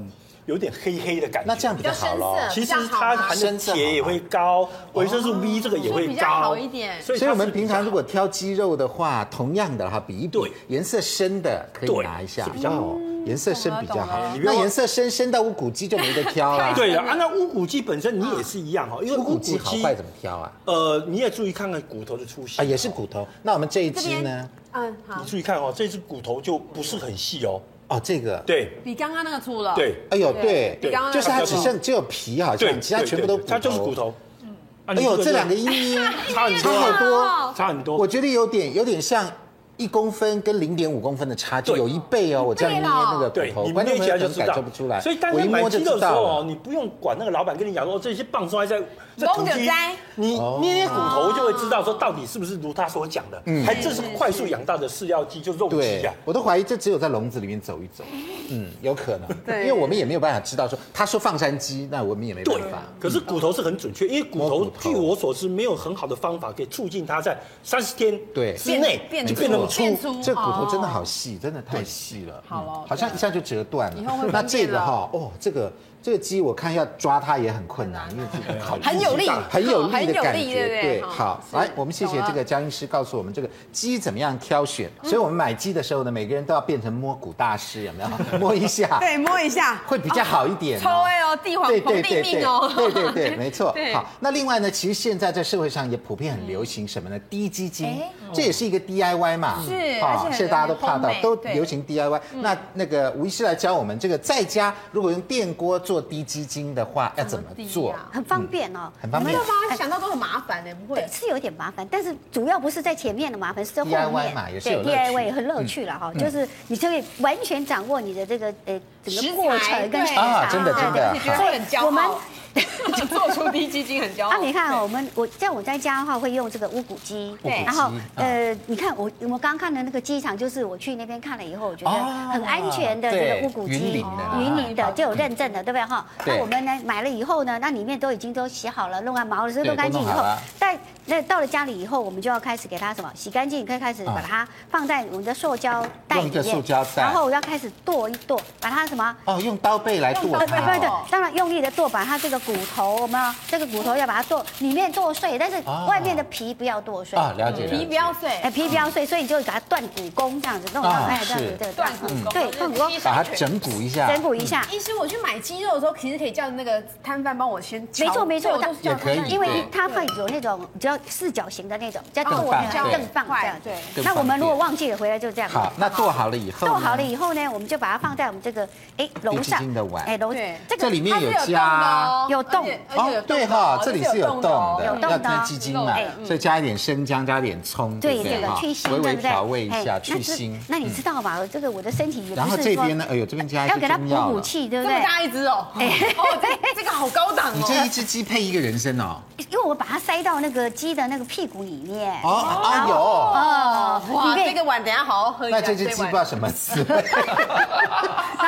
S8: 有点黑黑的感觉。
S1: 那这样比较好喽。
S8: 其实它含的铁也会高，维生素 B 这个也会
S9: 所以
S8: 高，
S9: 比较好一点
S8: 所以它
S1: 所以我们
S8: 是
S1: 平常如果挑鸡肉的话，同样的哈，比一比
S8: 对，
S1: 颜色深的可以
S8: 对
S1: 拿一下，
S8: 是比较好嗯
S1: 哦，颜色深比较好
S9: 懂了懂。
S1: 那颜色深深到无骨鸡就没得挑啦。
S8: *laughs* 对了啊，那乌骨鸡本身你也是一样哦，因为
S1: 无
S8: 乌
S1: 骨
S8: 骨
S1: 鸡
S8: 鸡
S1: 好坏怎么挑啊？
S8: 呃，你也注意看看骨头的粗细
S1: 啊，也是，骨头。那我们这一
S2: 这
S1: 只
S2: 边
S1: 呢？
S2: 嗯，好
S8: 你，注意看哦，这只骨头就不是很细哦，
S1: 哦，这个。
S8: 对
S9: 比刚刚那个
S2: 哦
S9: 粗了。
S8: 对，
S1: 哎呦，对
S8: 对，
S1: 就是它只剩只有皮，好
S8: 对，
S1: 像其他全部都
S8: 对对它就是骨。头。啊
S1: 哎
S8: 你
S1: 呦，
S8: 个
S1: 这
S8: 就
S1: 两个一咪
S8: *laughs* 差很
S1: 差
S8: 多
S1: 好
S8: 啊，
S1: 多，
S8: 差很多。
S1: 我觉得有点有点像。一公分跟零点五公分的差距有一倍哦，我这样捏那个
S8: 对
S1: 骨头，
S8: 你
S1: 观众
S8: 捏
S1: 朋
S8: 起
S1: 友可
S8: 来就
S1: 能
S8: 知
S1: 感
S8: 道，
S1: 受不出来，
S8: 所以大
S1: 我
S8: 家
S1: 一
S8: 买
S1: 摸就
S8: 鸡肉
S1: 知
S8: 的时候
S1: 道
S8: 哦，
S1: 了。
S8: 你不用管那个老板跟你讲说哦这些棒摔在这
S9: 摸
S8: 土
S9: 就
S8: 鸡
S9: 知，
S8: 你
S1: 哦
S8: 捏捏骨头就会知道说到底是不是如他所讲的，还这是快速养大的饲料鸡，就肉鸡
S1: 嗯对
S8: 啊。，
S1: 我都怀疑这只有在笼子里面走一走，嗯，有可能，
S6: 对
S1: 因为我们也没有办法知道说他说放山鸡，那我们也没办
S8: 对
S1: 法。，
S8: 可是骨头是很准确，因为骨
S1: 摸
S8: 头
S1: 骨头
S8: 据我所知没有很好的方法可以促进它在三十天
S1: 对
S8: 之内
S1: 哎
S9: 变
S8: 就
S9: 变
S8: 变那么粗。
S9: 变粗
S1: 这骨头真的
S9: 哦
S1: 好细，真的太细了，
S9: 好哦
S1: 嗯好像一下就折断了。
S9: 以后会
S1: 那
S9: 分
S1: 这
S9: 辨
S1: 个哈，哦，这个这个鸡我看要抓它也很困难，因为这个好
S9: 很有力
S1: 很有力
S9: 很有
S1: 的
S9: 力
S1: 感
S9: 对
S1: 觉。
S9: 不对
S1: 对，
S9: 哈
S1: 好，
S9: 是
S1: 来，我们谢谢
S9: 懂了
S1: 这个江医师告诉我们这个鸡怎么样挑选。所以我们买鸡的时候呢，每个人都要变成摸骨大师，有没有？摸一下，
S2: 对，摸一下，
S1: 会比较好一点哦。
S9: 超哎哦，帝皇
S1: 对
S9: 皇
S1: 对
S9: 帝
S1: 对
S9: 命
S1: 对
S9: 哦，
S1: 对对对，没错
S9: 对。
S1: 好，那另外呢，其实现在在社会上也普遍很流行什么呢？低基金
S4: 哎，
S1: 这也是一个 DIY 嘛。
S9: 是而且
S1: 啊，
S9: 很
S1: 现在大家都怕
S9: 很
S1: 到
S9: 烘焙，
S1: 都
S9: 对
S1: 流行 DIY。那那个吴医师来教我们，这个在家如果用电锅做低基金的话，要怎么
S9: 低
S1: 做？
S9: 呀
S4: 很方便哦。
S1: 很方
S9: 没
S1: 便
S9: 有。吗？想到都很麻烦呢，不
S4: 对 *laughs*
S9: 会，。
S4: 是有点麻烦，但是主要不是在前面的麻烦，是在后
S1: DIY
S4: 面。
S1: 嘛也是有
S4: 对
S1: 乐趣
S4: DIY 很乐趣了哈，就是你就可以完全掌握你的这个呃整个过程跟
S9: 食材对
S1: 啊，真的真的
S9: 而且觉得
S1: 好
S9: 会很骄傲，
S4: 我们
S9: 做出低基金很骄傲。
S4: 啊，你看哦我们我在我在家的话会用这个乌骨鸡，
S1: 对
S4: 然后
S1: 乌骨鸡
S4: 呃，你看我我刚看的那个机场，就是我去那边看了以后，我觉得
S1: 哦
S4: 很安全的这
S1: 对
S4: 个乌骨鸡，
S1: 云林的啦
S4: 云林的就有认证的，对不对哈？
S1: 对
S4: 那我们呢买了以后呢，那里面都已经都洗好了，弄完毛了，所以
S1: 对
S4: 弄干净以
S1: 都弄
S4: 后
S1: 好了，
S4: 但那到了家里以后，我们就要开始给它什么洗干净，可以开始把它放在我们的塑胶袋
S1: 啊用
S4: 里
S1: 一个
S4: 面，
S1: 塑胶袋
S4: 然后我要开始剁一剁，把它什么
S1: 哦，用刀背来剁
S4: 呃，不
S1: 它
S4: 对
S1: 哦。，
S4: 当然用力的剁，把它这个骨头，我们这个骨头要把它剁，里面剁碎，但是
S1: 哦
S4: 外面的皮不要剁碎。
S1: 啊，了解了
S9: 皮
S1: 解
S9: 不。要碎，
S4: 哎，皮不要碎，所以你就给它断骨功这样子弄到，
S1: 啊
S4: 哎，这样
S1: 是嗯
S4: 子这个
S9: 断骨
S4: 嗯
S9: 功
S4: 对，断骨功，
S1: 把它整骨一下，
S4: 整骨一下。
S9: 医师，我去买鸡肉的时候，其实可以叫那个摊贩帮我先敲。
S4: 没错没错，
S9: 对我都
S4: 但
S9: 是叫
S1: 也可以
S9: 摊贩
S4: 因为
S1: 对
S4: 它会有那种比较四角形的那种，比较
S1: 更
S4: 剁
S1: 棒
S4: 那个
S1: 对
S4: 更棒这样子
S9: 对
S1: 更。
S4: 那我
S1: 方
S4: 们
S1: 便
S4: 如果忘记了回来就这样。
S1: 好，那剁好了嗯以后呢，
S4: 剁好了以后呢，我们就把它放在我们这个哎楼
S1: 低基
S4: 上
S1: 金的碗
S4: 哎楼
S9: 对
S4: 这
S1: 这
S4: 个
S1: 里面
S9: 它
S1: 有
S9: 是
S1: 加
S4: 有
S9: 洞的哦，而
S4: 洞
S9: 且而且有洞的哦
S1: 对哈，这里是有洞
S9: 的哦，
S1: 的，
S4: 有洞的
S1: 要
S4: 哦
S1: 滴鸡精嘛
S4: 哎，
S1: 所以加一点生姜，加一点葱，
S4: 对
S1: 不
S4: 这个
S1: 哈
S4: 去腥，
S1: 微
S4: 对
S1: 微
S4: 不对？
S1: 调味一下
S4: 哎那
S1: 去
S4: 知
S1: 腥。嗯
S4: 那你知道吧？这个我的身体也
S1: 然后
S4: 不
S1: 这
S4: 是说
S1: 边呢，哎呦，这边加一
S4: 要
S1: 些
S4: 给它
S1: 中药
S4: 补补
S1: 了。
S4: 气，对
S9: 这
S4: 哎不
S9: 么
S4: 对？
S9: 大一只哦，哦，这这个好高档
S1: 你这一
S9: 哦。
S1: 只鸡配一个人参哦，
S4: 因为我把它塞到那个鸡的那个屁股里面。
S1: 哦啊有，
S4: 哦，
S9: 哇，
S4: 里
S9: 这
S4: 面
S9: 个碗等一下好好喝一下。
S1: 那这只鸡不知道什么滋味，
S4: 然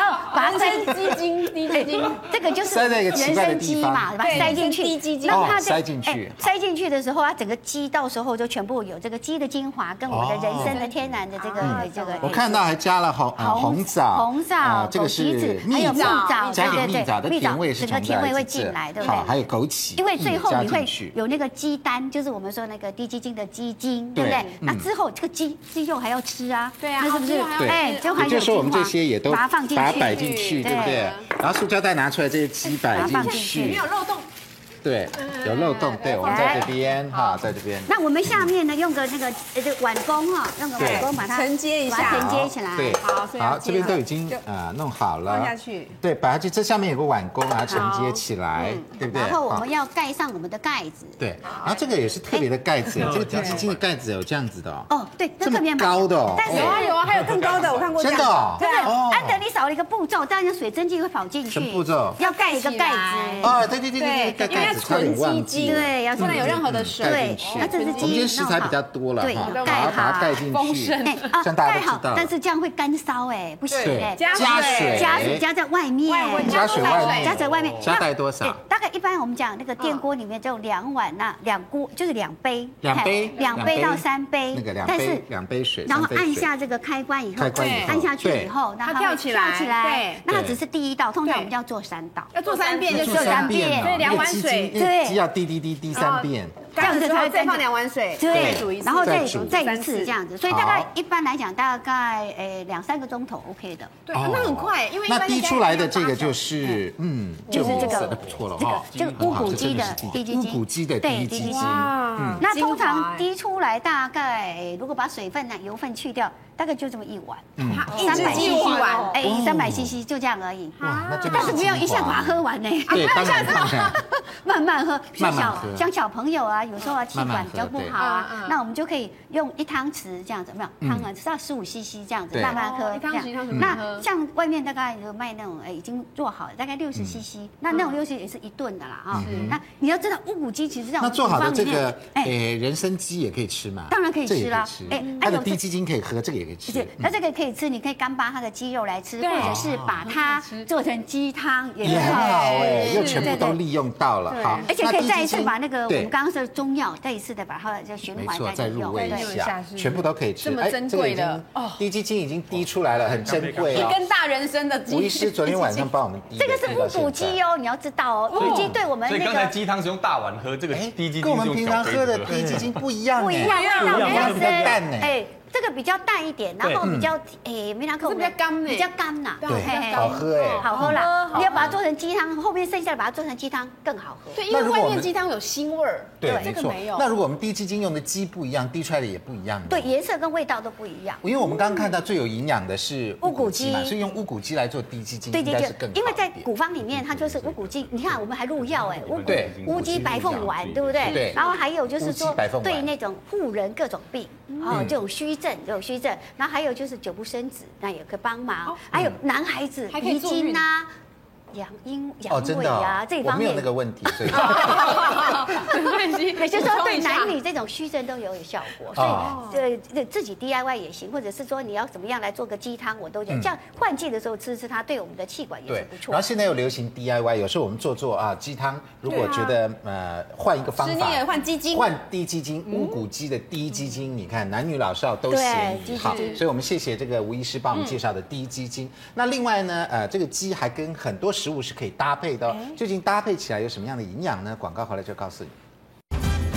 S4: 后把它塞哎
S9: 生哦鸡精、低基金，
S4: *laughs* 这个就是
S1: 塞在一个奇
S4: 人
S1: 怪的
S4: 参
S1: 地
S4: 鸡
S1: 方
S4: 嘛，把它
S9: 对
S4: 塞进去，
S9: 人参鸡精
S4: 然后
S1: 哦
S4: 它
S1: 塞进去
S4: 哎塞进去的时候，它整个鸡到时候就全部有这个鸡的精华跟我们的人参的天然的这个
S9: 嗯
S4: 这个。
S1: *laughs* 哦我看到还加了红呃红枣，
S4: 红
S1: 啊
S4: 枣、
S1: 这个是
S4: 枸杞子还
S1: 蜜
S4: 有
S1: 枣
S4: 蜜枣，
S1: 加一
S4: 对
S1: 点
S4: 对对
S1: 蜜枣的甜味是
S4: 蜜枣整个
S1: 从这
S4: 甜
S1: 儿
S4: 味会
S1: 一直
S4: 进来，对不
S1: 好，还
S4: 对？
S1: 有枸杞，
S4: 因为最后
S1: 嗯
S4: 你
S1: 加
S4: 会
S1: 进去
S4: 有那个鸡丹，就是我们说那个低基金的鸡精，对不
S1: 对
S4: 对？那
S1: 嗯
S4: 之后这个鸡鸡肉还要吃啊，
S9: 对啊
S4: 那是不
S9: 鸡
S4: 是
S9: 肉还要？吃
S4: 哎，就还
S1: 也就
S4: 有精
S1: 是说，
S4: 华
S1: 我们这些也都
S4: 把它放进
S1: 把
S4: 去，
S1: 它摆进去，对不对
S4: 对？
S1: 然后塑胶袋拿出来，这些鸡摆
S4: 把它
S1: 进
S4: 放进嗯
S1: 去
S9: 没，有漏洞，
S1: 对，有漏洞，对，我们在这边哈，在这边。
S4: 那我们下面呢，用个那个呃这个碗工哈，用个碗工把它
S9: 承接一下
S4: 把它承接起来。
S1: 对，
S9: 好所以要
S1: 好，
S9: 接
S1: 这边
S9: 好
S1: 都已经
S9: 就
S1: 呃弄好了，
S9: 放下去，
S1: 对，摆下去。这下面有个碗弓，把它承接起来，对不对？
S4: 嗯然后我
S1: 好
S4: 们要盖上我们的盖子。
S1: 对，然后这个也是特别的盖子，这个低基金的盖子有这样子的哦，
S4: 哎哦，对，
S1: 这
S4: 个
S1: 么
S4: 面板
S1: 高的哦，
S4: 但是
S9: 有
S1: 哦
S9: 啊有啊，还有更高的，我看过这
S1: 真
S9: 样。
S1: 的哦，
S4: 对，啊
S1: 哦
S4: 安德，你少了一个步骤，当然水蒸气会跑进去。
S1: 什么步骤
S4: 要盖一个盖子。
S1: 哦，对对对对
S9: 对，
S1: 对，盖
S9: 因为
S1: 盖子差点忘记了。
S4: 对，要
S9: 不能有任何的水
S1: 盖
S4: 对
S1: 进去，
S4: 它这是
S1: 我们今
S4: 鸡
S1: 天
S4: 翼
S1: 食
S4: 弄
S1: 材比
S4: 好
S1: 较多了
S4: 对
S1: 哈，
S4: 要
S1: 把它
S4: 盖
S1: 把它盖
S4: 好。
S1: 进
S9: 丰
S1: 去
S9: 盛，
S4: 啊
S1: 这样大家
S4: 盖
S1: 都知
S4: 好
S1: 道了。
S4: 但是这样会干烧哎，不行
S1: 对
S4: 哎，
S1: 加水
S4: 加水加在外面，
S9: 外围
S1: 加水外面
S4: 加在外面，
S1: 加带多少
S4: 哎？大概一般我们讲那个电锅里面只有两碗呐，两锅就是两杯，
S1: 两杯
S4: 哎两杯到三杯，
S1: 那个两
S4: 但是
S1: 杯两杯水，
S4: 然后
S1: 三杯水
S4: 按下这个开关以后，
S1: 开关以后
S4: 按下去
S1: 对
S4: 以后，然后
S9: 它跳起来
S4: 跳起
S9: 对
S4: 来，那它
S1: 对
S4: 只是第一道，通常我们要做三道，
S9: 要做三遍
S1: 那
S9: 就
S1: 就是是三
S4: 对
S1: 遍
S9: 所以
S1: 了，
S9: 两碗
S1: 因为鸡
S9: 水
S1: 精因为
S4: 对哦
S1: 鸡要滴滴滴滴三遍，
S9: 这样子之后再放两碗水，
S1: 对
S9: 再煮一次，
S4: 然后再
S1: 再煮
S4: 再一
S9: 三次
S4: 次这样子，所以大概
S1: 好
S4: 一般来讲大概诶两三个钟头 OK 的，
S9: 对，
S1: 哦
S9: 那很快，因为一般
S1: 那滴
S9: 在家
S1: 出来
S9: 里面要
S1: 的这
S9: 发
S1: 个
S9: 酵
S1: 就是嗯，
S4: 就是这
S1: 色
S4: 个
S1: 不错了
S4: 这个
S1: 哈。嗯
S4: 这个乌骨鸡的
S1: 哇这真
S4: 低
S1: 是
S4: 筋
S1: 乌骨鸡的低
S4: 低
S1: 筋
S4: 筋
S1: 鸡，嗯
S9: 哇，
S4: 那通
S9: 啊精华
S4: 常
S9: 哎
S4: 滴出来大概，呃如果把水分呢、油分去掉，大概就这么一碗，
S1: 嗯
S9: 好一
S4: 三
S9: 只
S4: 百
S9: 鸡
S4: CC
S9: 碗哦，
S4: 哎，三百 CC 就这样而已。
S1: 哇，那真的
S4: 但是不要一下把它喝完呢，
S1: 对，当然当然，
S4: *laughs* 慢慢喝。像
S1: 慢慢
S4: 小
S1: 喝
S4: 像小朋友啊，有时候啊气
S1: 慢慢喝
S4: 管
S1: 嗯
S4: 比较不好
S9: 对嗯
S4: 啊
S9: 嗯，
S4: 那我们就可以用一汤匙这样子，没有汤啊，只要十五 CC 这样子
S1: 对
S4: 慢慢
S9: 哦
S4: 喝，
S9: 一汤匙
S4: 这
S9: 一
S4: 样
S9: 汤匙慢慢喝
S4: 那像外面大概有卖那种哎已经做好了，大概
S1: 嗯
S4: 六十 CC，那那种六十也是一顿的啦啊。那你要知道乌骨鸡其实这样
S1: *laughs* 那做好的
S4: 放里
S1: 这
S4: 面
S1: 个诶人参鸡也可以吃嘛？
S4: 当然可以
S1: 这也
S4: 吃啦
S1: 吃
S4: 哎
S1: 它
S4: 哎
S1: 的
S4: 有
S1: 低
S4: 这
S1: 鸡精可以喝，这个也可以吃。
S4: 是，那这个可以吃，你可以干扒它的鸡肉来吃，
S9: 对
S4: 或者是把它做成鸡汤也
S1: 也
S4: 很
S1: 很
S4: 好
S1: 好哎，
S4: 吃
S1: 又全部都。
S4: 对对对
S1: 利用到了，好，
S4: 而且
S1: 那
S4: 可
S1: 低
S4: 以再一
S1: 基
S4: 次
S1: 精
S4: 把那个我
S1: 对
S4: 们刚刚说的中药，再一次的把它再循
S1: 没
S4: 环
S1: 错，再
S4: 利
S1: 入
S4: 用
S1: 味
S4: 对
S1: 一
S9: 入一下
S1: 下
S9: 是，
S1: 全部都可以吃。
S9: 这么
S1: 哎
S9: 珍
S1: 这个已
S9: 贵的
S1: 经
S9: 哦
S1: 低基精已经滴出来了，很珍贵哦。
S9: 跟大人生的鸡
S1: 吴医师昨天晚上帮我们滴的，
S4: 这个是
S1: 滴到
S4: 乌骨
S1: 现在
S4: 鸡哦，你要知道哦，乌骨鸡对我们
S7: 所以
S4: 那
S7: 刚才
S4: 个
S7: 鸡汤是用大碗喝，这个
S1: 哎
S7: 低鸡精
S1: 跟我们
S7: 是用
S1: 平常
S7: 小杯
S1: 喝
S7: 子
S1: 的
S7: 喝。
S1: 低基精不一样哎，
S4: 不一样，味道比较
S1: 比
S4: 深，
S1: 较淡呢。嗯
S4: 哎，这个比较淡一点，然后比较诶，梅兰蔻
S9: 这比较干呢
S4: 比较干呐，
S1: 对
S4: 嘿嘿
S1: 好喝哎
S4: 好喝啦。你要把它做成鸡汤，后面剩下的把它做成鸡汤更好喝。
S9: 对，因
S1: 那
S9: 为
S1: 如果
S9: 外
S1: 我
S9: 面
S1: 们
S9: 鸡汤有腥味儿，
S1: 对，
S9: 这
S1: 没
S9: 个
S1: 错
S9: 没有。。
S1: 那如果我们低基精用的鸡不一样，滴出来的也不一样。
S4: 对，颜色跟味道都不一样。
S1: 因为我们刚刚看到最有营养的是
S4: 乌骨鸡
S1: 嘛，所以用乌骨鸡来做低基精
S4: 对
S1: 嗯应
S4: 对
S1: 该
S4: 对
S1: 是更好一点。嗯
S4: 因为在古方里面，它就是乌骨鸡。你看，我们还入药哎，乌骨
S1: 对
S4: 乌鸡白凤丸，对不对？
S1: 对
S4: 然后还有就是
S1: 乌
S4: 说
S1: 鸡白凤丸嗯
S4: 对那种护人各种病，哦，这种虚症，这种虚症。然后还有就是久不生子，那也可以帮
S1: 哦
S4: 忙。还有
S1: 嗯
S4: 男孩子
S9: 还可以
S4: 遗
S9: 坐
S4: 精
S9: 运
S4: 啊。阳阴
S1: 哦，
S4: 阳
S1: 真
S4: 痿
S1: 的
S4: 啊
S1: 哦，
S4: 这一
S1: 我
S4: 方
S1: 没有
S4: 面
S1: 那，个问题，所以
S9: 没关系，
S4: 也就是说对男
S9: 补充一
S4: 女
S9: 下
S4: 这种虚症都有效果，
S1: 哦
S4: 所以这自己 DIY 也行，或者是说你要怎么样来做个鸡汤，我都觉得这样换季的时候吃吃它，对我们的气管也
S1: 嗯
S4: 是
S1: 对
S4: 不。错
S1: 然后。现在又流行 DIY，有时候我们做做啊鸡汤，如果觉得呃换一个方
S9: 吃
S1: 法
S9: 腻，了换鸡精
S1: 换低鸡精，乌骨鸡的低鸡精，你看男女老少都咸
S4: 嗯对
S1: 宜哈
S4: 鸡。精嗯
S1: 所以我们谢谢这个吴医师帮我们介绍的低鸡精。那另外呢，呃，这个鸡还跟很多食物是可以搭配的哦。究竟搭配起来有什么样的营养呢？广告回来就告诉你。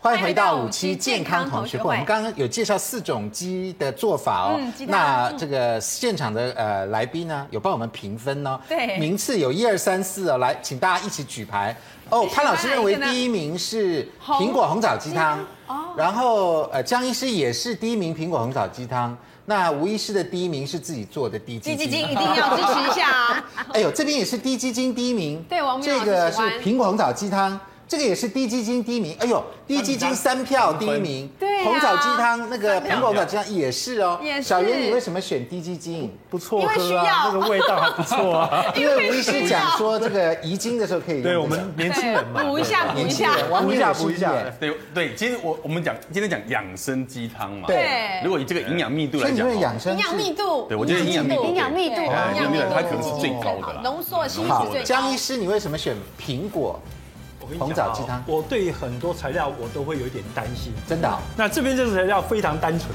S1: 欢迎回到五期健康同学会。我嗯们刚刚有介绍四种鸡的做法哦。
S9: 嗯鸡蛋
S1: 那这个现场的呃来宾呢，有帮我们评分哦。
S9: 对
S1: 名次有一二三四哦，来，请大家一起举牌。哦，潘老师认为第一名是苹果红枣鸡汤，哦然后呃江医师也是第一名苹果红枣鸡汤。那吴医师的第一名是自己做的低
S9: 鸡
S1: 鸡
S9: 鸡精
S1: 精
S9: 一。定要支持一下啊！
S1: *laughs* 哎呦，这边也是低鸡精第一名，
S9: 对王明老
S1: 这
S9: 师
S1: 个
S9: 喜
S1: 是
S9: 欢
S1: 苹果红枣鸡汤，这个也是低鸡精第一名。哎呦，低鸡精三票第一名，
S9: 对啊
S1: 红枣鸡汤那个
S9: 三票
S1: 苹果红枣鸡汤也是哦。
S9: 啊也是
S1: 小袁，你为什么选低
S9: *laughs*
S1: 鸡精？
S5: 不错
S9: 因为需
S5: 喝啊，
S9: 要
S5: 那个味道还不
S9: *laughs*
S5: 错啊。
S1: 因为吴医师讲说这个遗精的时候可以用这
S5: 对
S1: 个
S5: 我们年轻人嘛，
S9: 对补一下补
S1: 年
S9: 一
S1: 轻
S9: 下
S1: 人，王
S5: 补一
S1: 明
S5: 下
S1: 老师
S5: 补一下
S1: 也
S7: 对对，其实我我们讲今天讲养生鸡汤嘛，
S1: 对
S7: 如果以这个营养密度
S1: 所
S7: 来
S1: 以你
S7: 讲
S1: 们
S7: 哦，
S1: 养生
S9: 营
S1: 是
S9: 养密度，
S7: 对我觉得营养密度
S4: 营养密度，
S9: 对
S7: 哎
S9: 营养密度
S7: 它可能是最高的
S2: 哦
S7: 啦
S9: 浓缩心
S1: 好
S9: 是最，
S1: 江
S9: 高
S1: 医。师，你为什么选苹果
S8: 我跟你
S1: 红
S8: 讲
S1: 枣
S8: 啊
S1: 鸡汤
S8: 我对很多材料我都会有一点担心。
S1: 真的哦、
S8: 那这边这个材料非常单纯，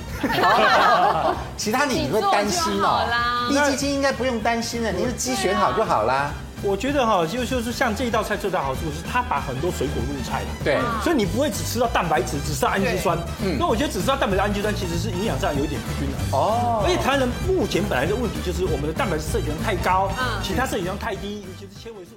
S1: 其他你你会担心
S9: 自己做就好
S1: 哦
S9: 啦。
S1: 低鸡精应该不用担心了，你是鸡选好就好啦。
S8: 我觉得哈，就就是像这一道菜最大好处是它把很多水果入菜了。
S1: 对，
S8: 所以你不会只吃到蛋白质，只吃到氨基酸。嗯那我觉得只吃到蛋白质、氨基酸其实是营养上有一点不均衡。
S1: 哦
S8: 而，且台湾人目前本来的问题就是我们的蛋白质摄取量太高，其他摄取量太低，尤其是纤维素。